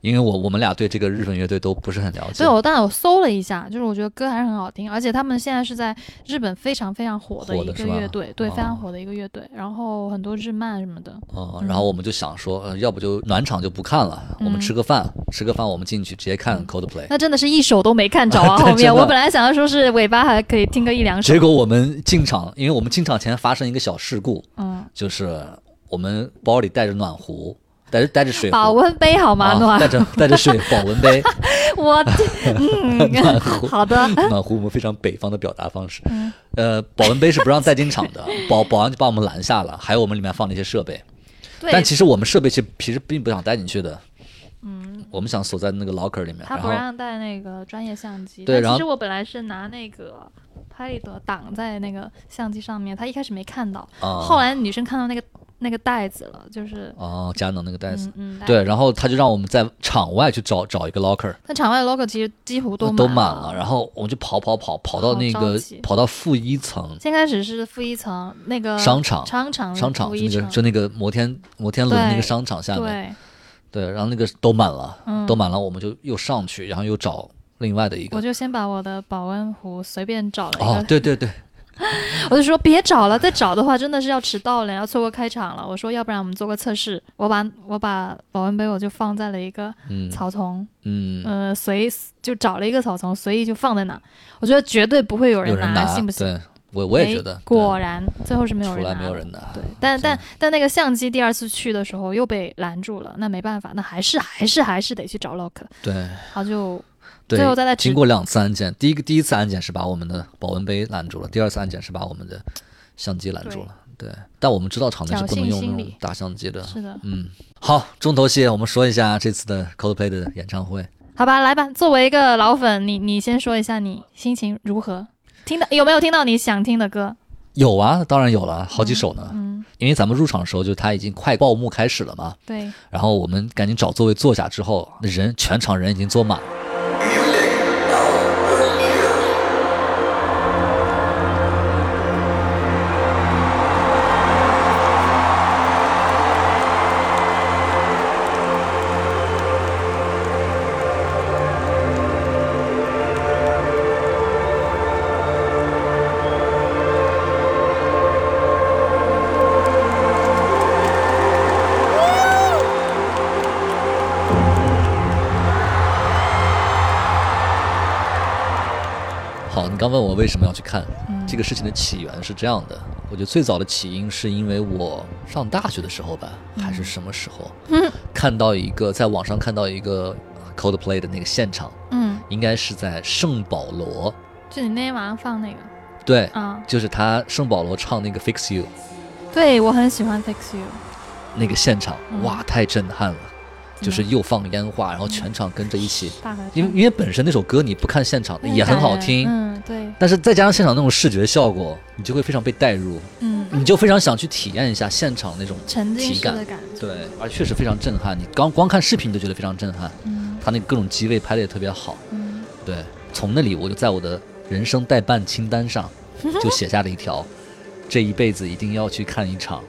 S1: 因为我我们俩对这个日本乐队都不是很了解
S2: 对，。我当然我搜了一下，就是我觉得歌还是很好听，而且他们现在是在日本非常非常火的
S1: 火
S2: 一
S1: 的
S2: 个
S1: 是吧
S2: 乐队，对，非
S1: 哦
S2: 常火的一个乐队，然后很多日漫什么的，
S1: 嗯，然后我们就想说，呃，要不就暖场就不看了，我们吃个饭，吃个饭我们进去直接看 Coldplay。
S2: 嗯那真的是一首都没看着啊！
S1: 哎 对
S2: 后面
S1: 真的
S2: 我本来想要说是尾巴还可以听个一两首
S1: 结，果我们进场，因为我们进场前发生一个小事故，
S2: 嗯，
S1: 就是我们包里带着暖壶，带着带着水壶，
S2: 保温杯好吗？
S1: 啊
S2: 暖
S1: 带，着带着水保温杯，
S2: 我这嗯，好的，
S1: 暖壶我们非常北方的表达方式。
S2: 嗯
S1: 呃，保温杯是不让带进场的，保保安就把我们拦下了，还有我们里面放了一些设备，
S2: 对
S1: 但，其实我们设备其实其实并不想带进去的。嗯，我们想锁在那个 locker 里面，
S2: 他
S1: 然
S2: 不
S1: 后
S2: 让带那个专业相机，
S1: 对
S2: 但
S1: 然后
S2: 其实我本来是拿那个。拍立得挡在那个相机上面，他一开始没看到，
S1: 啊
S2: 后来女生看到那个那个袋子了，就是
S1: 哦，佳能那个袋子
S2: 嗯，嗯，袋子
S1: 对，然后他就让我们在场外去找找一个 locker，
S2: 那场外 logo 其实几乎都
S1: 都
S2: 满
S1: 了，然后我们就跑跑跑跑到
S2: 啊好
S1: 那
S2: 着
S1: 个
S2: 急
S1: 跑到负一层
S2: 先开始是负一层那个
S1: 商场
S2: 商场
S1: 商场，
S2: 嗯负
S1: 就
S2: 一
S1: 那个
S2: 层
S1: 就那个摩天摩天轮那个
S2: 对
S1: 商场下面，
S2: 对，
S1: 对，然后那个都满了，
S2: 嗯
S1: 都满了，我们就又上去，然后又找另外的一
S2: 我
S1: 个，哦
S2: 就先把我的保温壶随便找了一个，
S1: 哦，对对对，
S2: 我就说别找了，再找的话真的是要迟到了，要错过开场了。我说要不然我们做个测试，我把我把保温杯我就放在了一个
S1: 嗯
S2: 草丛，
S1: 嗯，
S2: 呃，随就找了一个草丛，随意就放在那儿。我觉得绝对不会有
S1: 有
S2: 人
S1: 人
S2: 信不信？
S1: 对，我我也
S2: 哎
S1: 觉得，
S2: 果然最后是没
S1: 对
S2: 有
S1: 出
S2: 人
S1: 来
S2: 拿，
S1: 没有人拿，
S2: 对，但但但那个相机第二次去的时候又被拦住了，那没办法，那还是还是还是得去找 Lock，
S1: 对
S2: 然后就
S1: 对，
S2: 最后再来指
S1: 经过两次安检，第一个第一次安检是把我们的保温杯拦住了，第二次安检是把我们的相机拦住了，对，但我们知道场内是不能用
S2: 侥幸心
S1: 那
S2: 理
S1: 种大相机的，
S2: 是的，
S1: 嗯，好，重头戏我们说一下这次的 Coldplay 的演唱会，
S2: 好吧，来吧，作为一个老粉，你你先说一下你心情如何，听到有没有听到你想听的歌？
S1: 有啊，当然有了，好几首呢，
S2: 嗯，
S1: 因为咱们入场的时候就它已经快报幕开始了嘛，
S2: 对，
S1: 然后我们赶紧找座位坐下之后，那人全场人已经坐满了。好，你刚问我为什么要去看、
S2: 嗯
S1: 这个事情的起源是这样的，我觉得最早的起因是因为我上大学的时候吧，
S2: 嗯
S1: 还是什么时候，看到一个在网上看到一个呃 Coldplay 的那个现场，
S2: 嗯，
S1: 应该是在圣保罗，
S2: 就你那天晚上放那个
S1: 对，
S2: 啊，
S1: 就是他圣保罗唱那个 Fix You
S2: 对我很喜欢 Fix You，
S1: 那个现场，
S2: 嗯
S1: 哇，太震撼了，就是又放烟花，然后全场跟着一起，
S2: 大合唱
S1: 因为因为本身那首歌你不看现场
S2: 那
S1: 也很
S2: 感
S1: 好
S2: 人
S1: 听，
S2: 嗯，对，
S1: 但是再加上现场那种视觉效果，你就会非常被带入，
S2: 嗯，
S1: 你就非常想去体验一下现场那种
S2: 沉浸
S1: 体
S2: 式
S1: 感
S2: 的。感觉，
S1: 对，而确实非常震撼。你刚光看视频你就觉得非常震撼，
S2: 嗯
S1: 他那个各种机位拍的也特别好。
S2: 嗯，
S1: 对，从那里我就在我的人生代办清单上就写下了一 条，这一辈子一定要去看一场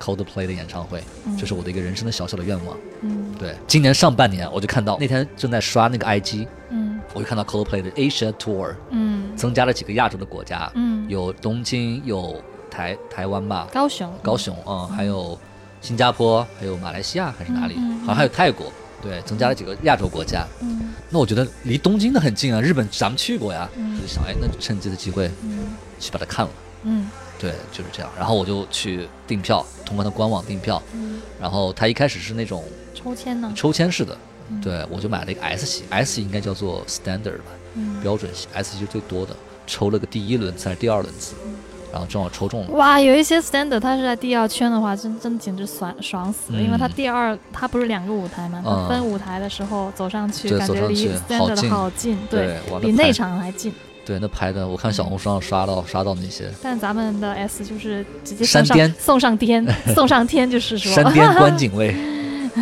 S1: Coldplay 的演唱会，这是我的一个人生的小小的愿望。
S2: 嗯
S1: 对，今年上半年我就看到那天正在刷那个 IG，
S2: 嗯
S1: 我就看到 Coldplay 的 Asia Tour
S2: 嗯
S1: 增加了几个亚洲的国家，
S2: 嗯，
S1: 有东京，有台台湾吧，
S2: 高雄，
S1: 高雄
S2: 嗯
S1: 啊、还有新加坡，还有马来西亚还是哪里，
S2: 嗯嗯
S1: 好像还有泰国，对，增加了几个亚洲国家。
S2: 嗯
S1: 那我觉得离东京的很近啊，日本咱们去过呀，
S2: 嗯
S1: 我就想哎，那就趁这次机会
S2: 嗯
S1: 去把它看了。
S2: 嗯
S1: 对，就是这样。然后我就去订票，通过他官网订票。
S2: 嗯，
S1: 然后他一开始是那种
S2: 抽签呢？
S1: 抽签式的，
S2: 嗯
S1: 对我就买了一个 S 席，S 应该叫做 standard 吧，
S2: 嗯
S1: 标准席，S 席是最多的。抽了个第一轮次还是第二轮次，
S2: 嗯
S1: 然后正好抽中了。
S2: 哇，有一些 stander 他是在第二圈的话，真真简直爽爽死了，
S1: 嗯
S2: 因为他第二他不是两个舞台嘛，
S1: 嗯
S2: 他分舞台的时候走上去，
S1: 对
S2: 感
S1: 走
S2: 觉
S1: 上
S2: 离
S1: 去
S2: stander 的
S1: 好
S2: 好近，
S1: 对哇
S2: 比
S1: 那排
S2: 内场还近。
S1: 对，那排的我看小红书上刷到刷到那些
S2: 但咱们的 S 就是直接
S1: 山
S2: 送上
S1: 巅
S2: 送 上天，送上天就是说，
S1: 山巅观景 位，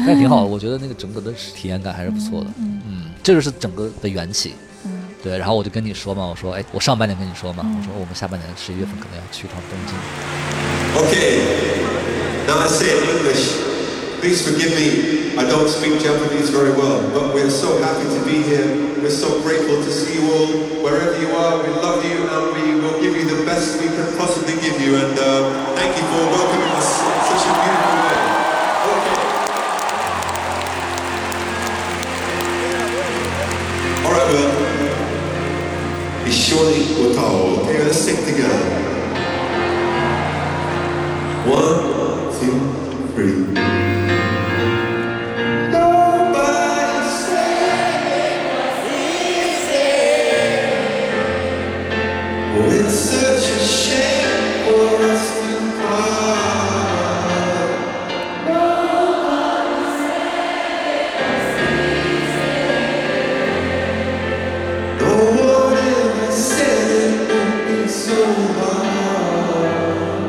S1: 但挺好的，我觉得那个整个的体验感还是不错的。
S2: 嗯
S1: 嗯，这就是整个的缘起。
S2: 嗯
S1: 对，然后我就跟你说嘛，我说，哎，我上半年跟你说嘛，
S2: 嗯
S1: 我说我们下半年十一月份可能要去一趟东京。
S6: Okay, now I say in English. Please forgive me, I don't speak Japanese very well, but we're so happy to be here. We're so grateful to see you all. Wherever you are, we love you and we will give you the best we can possibly give you. And uh, thank you for welcoming us in such a beautiful way. Okay. All right, well, it's surely Otao. Okay, let's sing together. One, two, three. Nobody said it was easy. Oh, it's such a shame for us to part. Nobody said it was easy. No one ever said it would be so hard.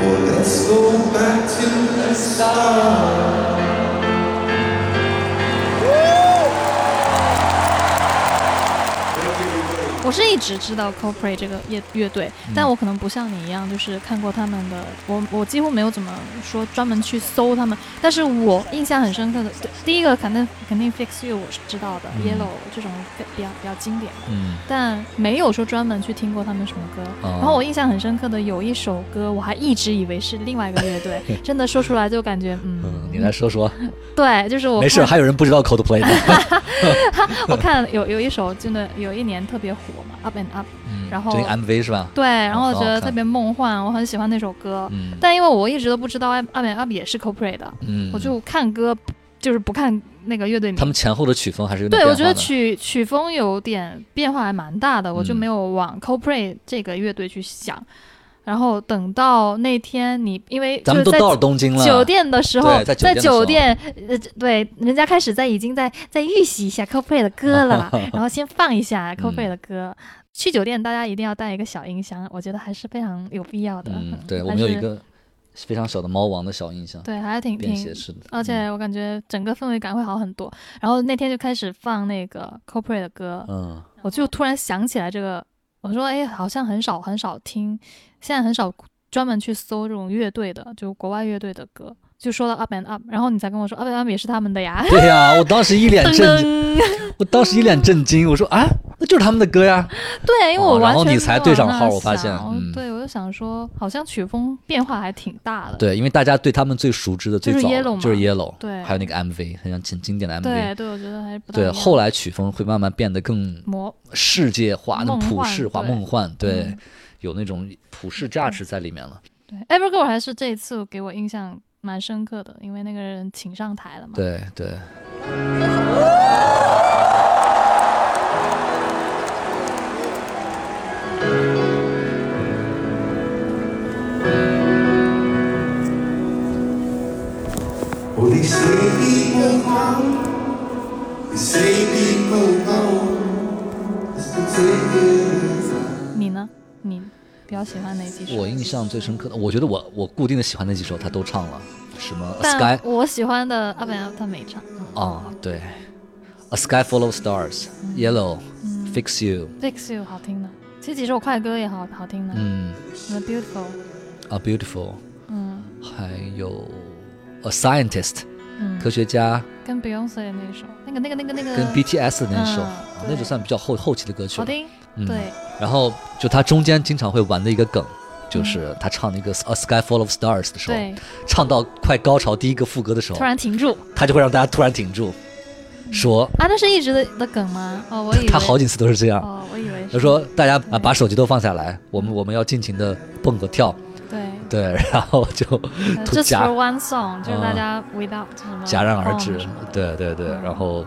S6: Well, let's go back to the start. Thank you, everybody.
S2: 我是一直知道 Coldplay 这个乐乐队，
S1: 嗯
S2: 但我可能不像你一样，就是看过他们的，我我几乎没有怎么说专门去搜他们，但是我印象很深刻的，对第一个肯定肯定 Fix You 我是知道的、
S1: 嗯
S2: y e l l o w 这种比较比较经典的，
S1: 嗯
S2: 但没有说专门去听过他们什么歌。
S1: 哦
S2: 然后我印象很深刻的有一首歌，我还一直以为是另外一个乐 队，真的说出来就感觉
S1: 嗯，
S2: 嗯，
S1: 你来说说，
S2: 对，就是我
S1: 没事，
S2: 看
S1: 还有人不知道 Coldplay 呢。
S2: 我看有有一首真的有一年特别火嘛，Up and Up，
S1: 嗯
S2: 然后
S1: 这个 MV 是吧？
S2: 对，然后我
S1: 好
S2: 觉得
S1: 好看
S2: 特别梦幻，我很喜欢那首歌。
S1: 嗯
S2: 但因为我一直都不知道 Up and Up 也是 Coldplay 的，
S1: 嗯，
S2: 我就看歌就是不看那个乐队名
S1: 他。们前后的曲风还是有点
S2: 对，我
S1: 变
S2: 觉
S1: 化
S2: 得
S1: 的
S2: 曲曲风有点变化还蛮大的，我就
S1: 嗯
S2: 没有往 Coldplay 这个乐队去想。然后等到那天你，因为
S1: 咱们
S2: 就
S1: 都
S2: 在
S1: 到了东京了，
S2: 酒店的时候，
S1: 对在酒
S2: 在
S1: 店的时候
S2: 酒店，呃，对，人家开始在已经在在预习一下 Coldplay 的歌 了，然后先放一下 Coldplay 的歌。
S1: 嗯
S2: 去酒店大家一定要带一个小音箱，我觉得还是非常有必要的。
S1: 嗯，对我
S2: 还
S1: 们有一
S2: 是
S1: 个非常小的猫王的小印象，
S2: 对，还挺
S1: 便
S2: 挺
S1: 携嗯式的，
S2: 而且我感觉整个氛围感会好很多。然后那天就开始放那个 Coldplay 的歌，
S1: 嗯
S2: 我就突然想起来这个，我说哎，好像很少很少听，现在很少专门去搜这种乐队的，就国外乐队的歌。就说到 Up and Up，然后你才跟我说 Up and Up 也是他们的呀。
S1: 对呀、我当时一脸
S2: 噔
S1: 震惊，
S2: 噔，
S1: 我当时一脸震惊，我说啊，那就是他们的歌呀，
S2: 对，因为
S1: 哦
S2: 我
S1: 然
S2: 完
S1: 后
S2: 全
S1: 你
S2: 没有往那想、
S1: 才对上号我发现嗯
S2: 对我就想说，好像曲风变化还挺大的。
S1: 对，因为大家对他们最熟知的最
S2: 就是
S1: 早的
S2: Yellow 嘛
S1: 就是 Yellow，
S2: 对
S1: 还有那个 MV，很像经经典的 MV，
S2: 对对，我觉得还是不大一
S1: 对
S2: 样
S1: 后来曲风会慢慢变得更
S2: 魔
S1: 世界化、那
S2: 梦幻
S1: 普世化、
S2: 对
S1: 梦幻，对，
S2: 嗯
S1: 有那种普世价值在里面了。
S2: 对 Evergirl 还是这一次给我印象蛮深刻的，因为那个人请上台了嘛。
S1: 对对，
S6: Oh, they say people come, they say people go, it's the tickets.
S2: 你呢？你比较喜欢哪几首？
S1: 我印象最深刻的，我觉得我我固定的喜欢那几首他都唱了，什么 A
S2: 但
S1: Sky
S2: 我喜欢的嗯 Up and Up 他没唱
S1: 啊、对，A Sky Full of Stars、Yellow、Fix
S2: 嗯
S1: You，
S2: ，Fix You 好听的，其实几首快歌也好好听的，
S1: 嗯
S2: 什么 Beautiful，
S1: ，A Beautiful，
S2: 嗯
S1: 还有 A Scientist，
S2: 嗯，
S1: 科学家
S2: 跟 Beyonce 那首，那个那个那个那个
S1: 跟 BTS 的那首，
S2: 嗯
S1: 啊
S2: 对
S1: 那就算比较后后期的歌曲
S2: 好
S1: 了。
S2: 听，
S1: 嗯
S2: 对，
S1: 然后就他中间经常会玩的一个梗，就是他唱那个《A Sky Full of Stars》的时候，
S2: 嗯对，
S1: 唱到快高潮第一个副歌的时候
S2: 突，然停住
S1: 他就会让大家突然停住，说
S2: 啊，那是一直的的梗吗？哦，我以为
S1: 他好几次都是这样。
S2: 哦，我嗯以为
S1: 他
S2: 是
S1: 说：“大家啊，把手机都放下来，我们我们要尽情的蹦个跳，
S2: 对
S1: 对，然后就
S2: 呃
S1: 突
S2: ，Just for
S1: 戛
S2: one song，就是大
S1: 嗯
S2: 家 without 什么
S1: 戛然而
S2: phone
S1: 止
S2: 什么，的
S1: 对对对，
S2: 嗯
S1: 然后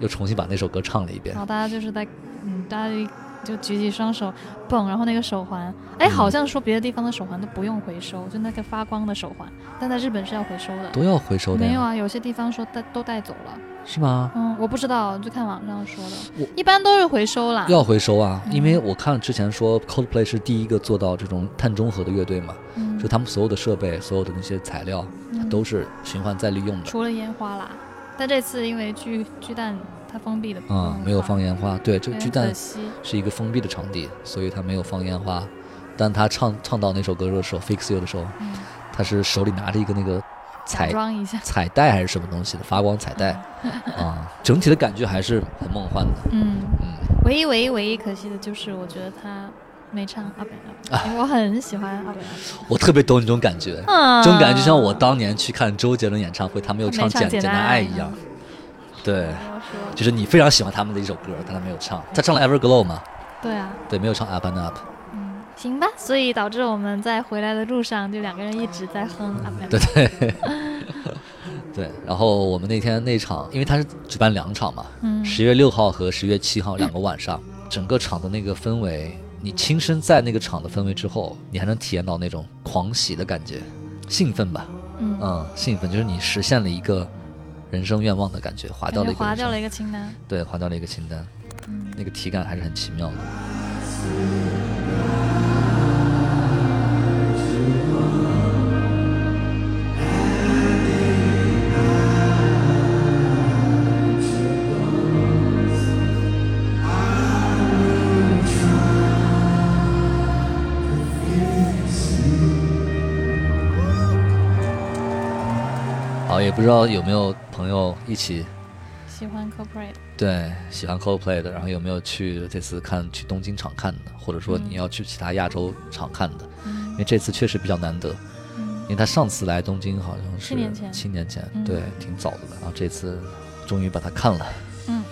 S1: 又重新把那首歌唱了一遍
S2: 然，后大家就是在，嗯，大家就举起双手蹦，然后那个手环，
S1: 嗯
S2: 哎，好像说别的地方的手环都不用回收，就那个发光的手环，但在日本是要回收的。
S1: 都要回收的呀，
S2: 没有啊，有些地方说带都带走了，
S1: 是吗？
S2: 嗯，我不知道，就看网上说
S1: 我
S2: 的，一般都是回收啦。
S1: 要回收啊，因为我看之前说 Coldplay 是第一个做到这种碳中和的乐队嘛，
S2: 嗯
S1: 就他们所有的设备、所有的那些材料，它都是循环再利用的。
S2: 除了烟花啦，但这次因为巨巨蛋它封闭的，
S1: 啊、没有放烟花，对，这
S2: 有点
S1: 巨蛋
S2: 可惜。
S1: 是一个封闭的场地，所以他没有放烟花。但他唱唱到那首歌的时候，《Fix You》的时候，
S2: 嗯
S1: 他是手里拿着一个那个
S2: 假
S1: 彩
S2: 装一下，
S1: 彩带还是什么东西的发光彩带，啊、整体的感觉还是很梦幻的。
S2: 嗯，
S1: 嗯，
S2: 唯一唯一唯一可惜的就是，我觉得他没唱阿本
S1: 啊
S2: 阿，因为我很喜欢阿本阿。
S1: 我特别懂你这种感觉，
S2: 啊
S1: 这种感觉就像我当年去看周杰伦演唱会，他没有
S2: 他没
S1: 唱《
S2: 唱
S1: 简
S2: 简
S1: 简
S2: 单
S1: 单
S2: 爱
S1: 爱》一样
S2: 啊。
S1: 对，
S2: 我说
S1: 就是你非常喜欢他们的一首歌，但他没有唱，他唱了《Everglow》嘛，
S2: 对啊，
S1: 对，没有唱《Up and Up》。
S2: 行吧，所以导致我们在回来的路上就两个人一直在哼啊阿
S1: 嗯
S2: 本
S1: 对对对。然后我们那天那场，因为他是举办两场嘛，
S2: 嗯
S1: 十、月六号和十月七号两个晚上，整个场的那个氛围，你亲身在那个场的氛围之后，你还能体验到那种狂喜的感觉，兴奋吧？
S2: 嗯，
S1: 嗯，兴奋就是你实现了一个人生愿望的感觉，划掉
S2: 感
S1: 了
S2: 觉
S1: 一个
S2: 划
S1: 人
S2: 掉
S1: 生
S2: 了一个清单。
S1: 对，划掉了一个清单，那个体感还是很奇妙的。
S6: Thank
S1: 好，也不知道有没有朋友一起
S2: 喜欢 corporate，
S1: 对喜欢 Coldplay 的，然后有没有去这次看去东京场看的，或者说你要去其他亚洲场看的？
S2: 嗯
S1: 因为这次确实比较难得，因为他上次来东京好像是
S2: 七嗯年前
S1: 七年前对，挺早的了。然后这次终于把它看了。
S2: 嗯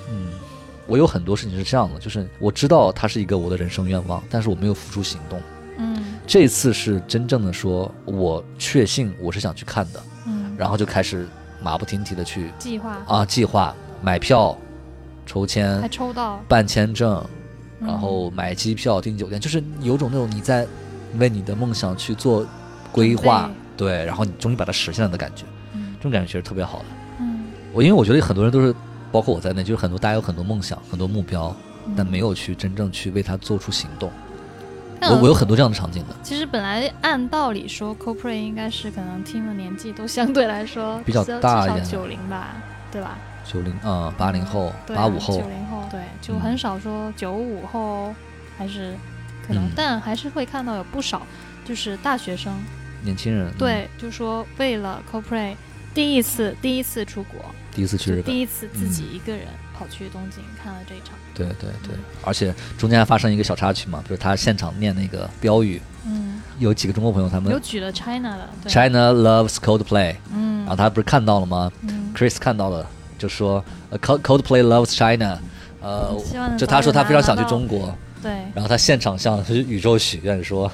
S1: 我有很多事情是这样的，就是我知道它是一个我的人生愿望，但是我没有付出行动。
S2: 嗯
S1: 这次是真正的说，我确信我是想去看的，
S2: 嗯，
S1: 然后就开始马不停蹄的去
S2: 计划
S1: 啊计划买票、抽
S2: 还
S1: 签、
S2: 抽到，
S1: 办签证，
S2: 嗯
S1: 然后买机票、订酒店，就是有种那种你在为你的梦想去做规划，对，然后你终于把它实现了的感觉，
S2: 嗯
S1: 这种感觉其实特别好的。
S2: 嗯
S1: 我因为我觉得很多人都是，包括我在内，就是很多大家有很多梦想、很多目标，
S2: 嗯
S1: 但没有去真正去为它做出行动。
S2: 但
S1: 我我有很多这样的场景的，
S2: 其实本来按道理说 c o p r a 应该是可能听的年纪都相对来说
S1: 比较大一点
S2: 至少九零吧，对吧？
S1: 九零啊八零后、
S2: 对啊
S1: 八五后
S2: 九，零后，对，就
S1: 嗯
S2: 很少说九五后还是可能
S1: 嗯，
S2: 但还是会看到有不少就是大学生，
S1: 年轻人，
S2: 对，就说为了 c o p r a 第一次第一次出国，
S1: 嗯第一次去
S2: 就
S1: 日本，
S2: 第一次自己一个人跑去东京看了这一场，
S1: 对对对，而且中间还发生一个小插曲嘛，就是他现场念那个标语，
S2: 嗯，
S1: 有几个中国朋友他
S2: 有
S1: 们
S2: 举了 China 的，对，
S1: China loves Coldplay，然
S2: 嗯
S1: 啊后他不是看到了吗
S2: 嗯，
S1: ？Chris 看到了，就说呃 Cold Coldplay loves China，呃
S2: 希望，能
S1: 就他说他非常想去
S2: 早
S1: 中
S2: 点
S1: 国，
S2: 对，
S1: 然后他现场向宇宙许愿说，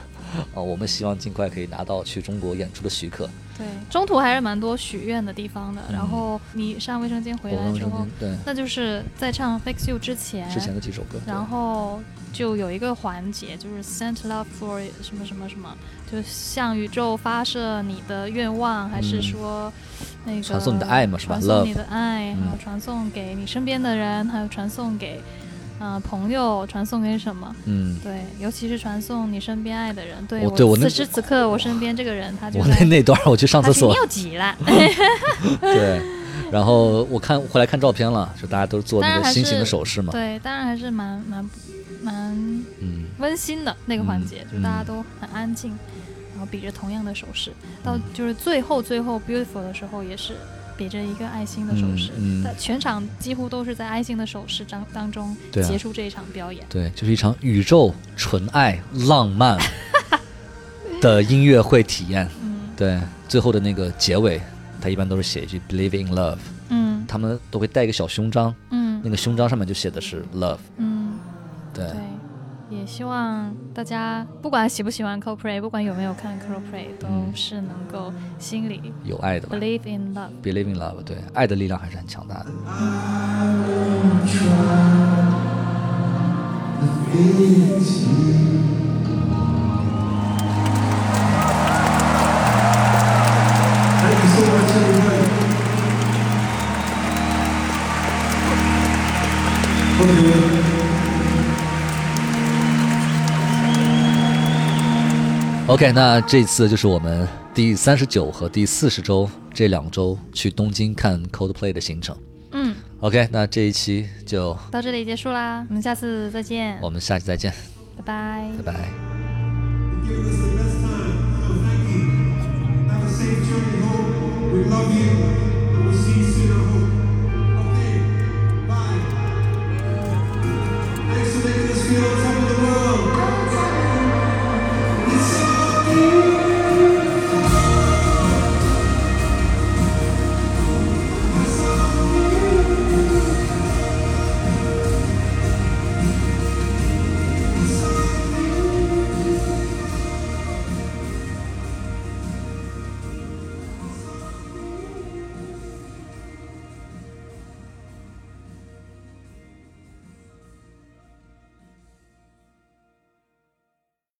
S1: 呃，我们希望尽快可以拿到去中国演出的许可。
S2: 对，中途还是蛮多许愿的地方的。然后你上卫生间回
S1: 我
S2: 来
S1: 们
S2: 之
S1: 中
S2: 后
S1: 间，对
S2: 那就是在唱《Fix You》之前，
S1: 之前的几首歌，对
S2: 然后就有一个环节，就是 Send Love for 什么什么什么，就向宇宙发射你的愿望，还是
S1: 嗯
S2: 说那个
S1: 传送你的爱嘛是吧
S2: 传
S1: Love
S2: 送你的爱，还
S1: 嗯
S2: 有传送给你身边的人，还有传送给呃朋友，传送给什么？
S1: 嗯，
S2: 对，尤其是传送你身边爱的人。对
S1: 我哦对我那
S2: 此时此刻我身边这个人，他就
S1: 我
S2: 在
S1: 那那段我去上厕
S2: 他
S1: 所
S2: 是，尿急 了。
S1: 对，然后我看后来看照片了，就大家都是做
S2: 当
S1: 那
S2: 然
S1: 个
S2: 还
S1: 心
S2: 是
S1: 形的手势嘛，
S2: 对，当然还是蛮蛮蛮
S1: 嗯，
S2: 温馨的那个环节，
S1: 嗯嗯
S2: 就大家都很安静，然后比着同样的手势，到就是最后最后 beautiful 的时候也是。比着一个爱心的手势，
S1: 嗯嗯
S2: 但全场几乎都是在爱心的手势当当中
S1: 对啊
S2: 结束这一场表演。
S1: 对，就是一场宇宙纯爱浪漫的音乐会体验。
S2: 嗯
S1: 对，最后的那个结尾，他一般都是写一句 “Believe in love”，
S2: 嗯
S1: 他们都会带一个小胸章，
S2: 嗯
S1: 那个胸章上面就写的是 “love”。
S2: 嗯，
S1: 对，
S2: 对，也希望大家不管喜不喜欢 CoPlay，不管有没有看 CoPlay，都
S1: 嗯
S2: 是能够心里
S1: 有爱的吧
S2: believe in love。
S1: ，“Believe in love”，对，爱的力量还是很强大的。
S6: Thank you so much, everybody. Okay.
S1: OK，那这次就是我们第三十九和第四十周这两周去东京看 Coldplay 的行程。
S2: 嗯，
S1: OK，那这一期就
S2: 到这里结束啦，我们下次再见，
S1: 我们下期再见，
S2: 拜拜。
S1: 拜拜。
S6: Give us the best time. I don't thank you. Have a safe journey home. We love you. And we'll see you soon, I hope.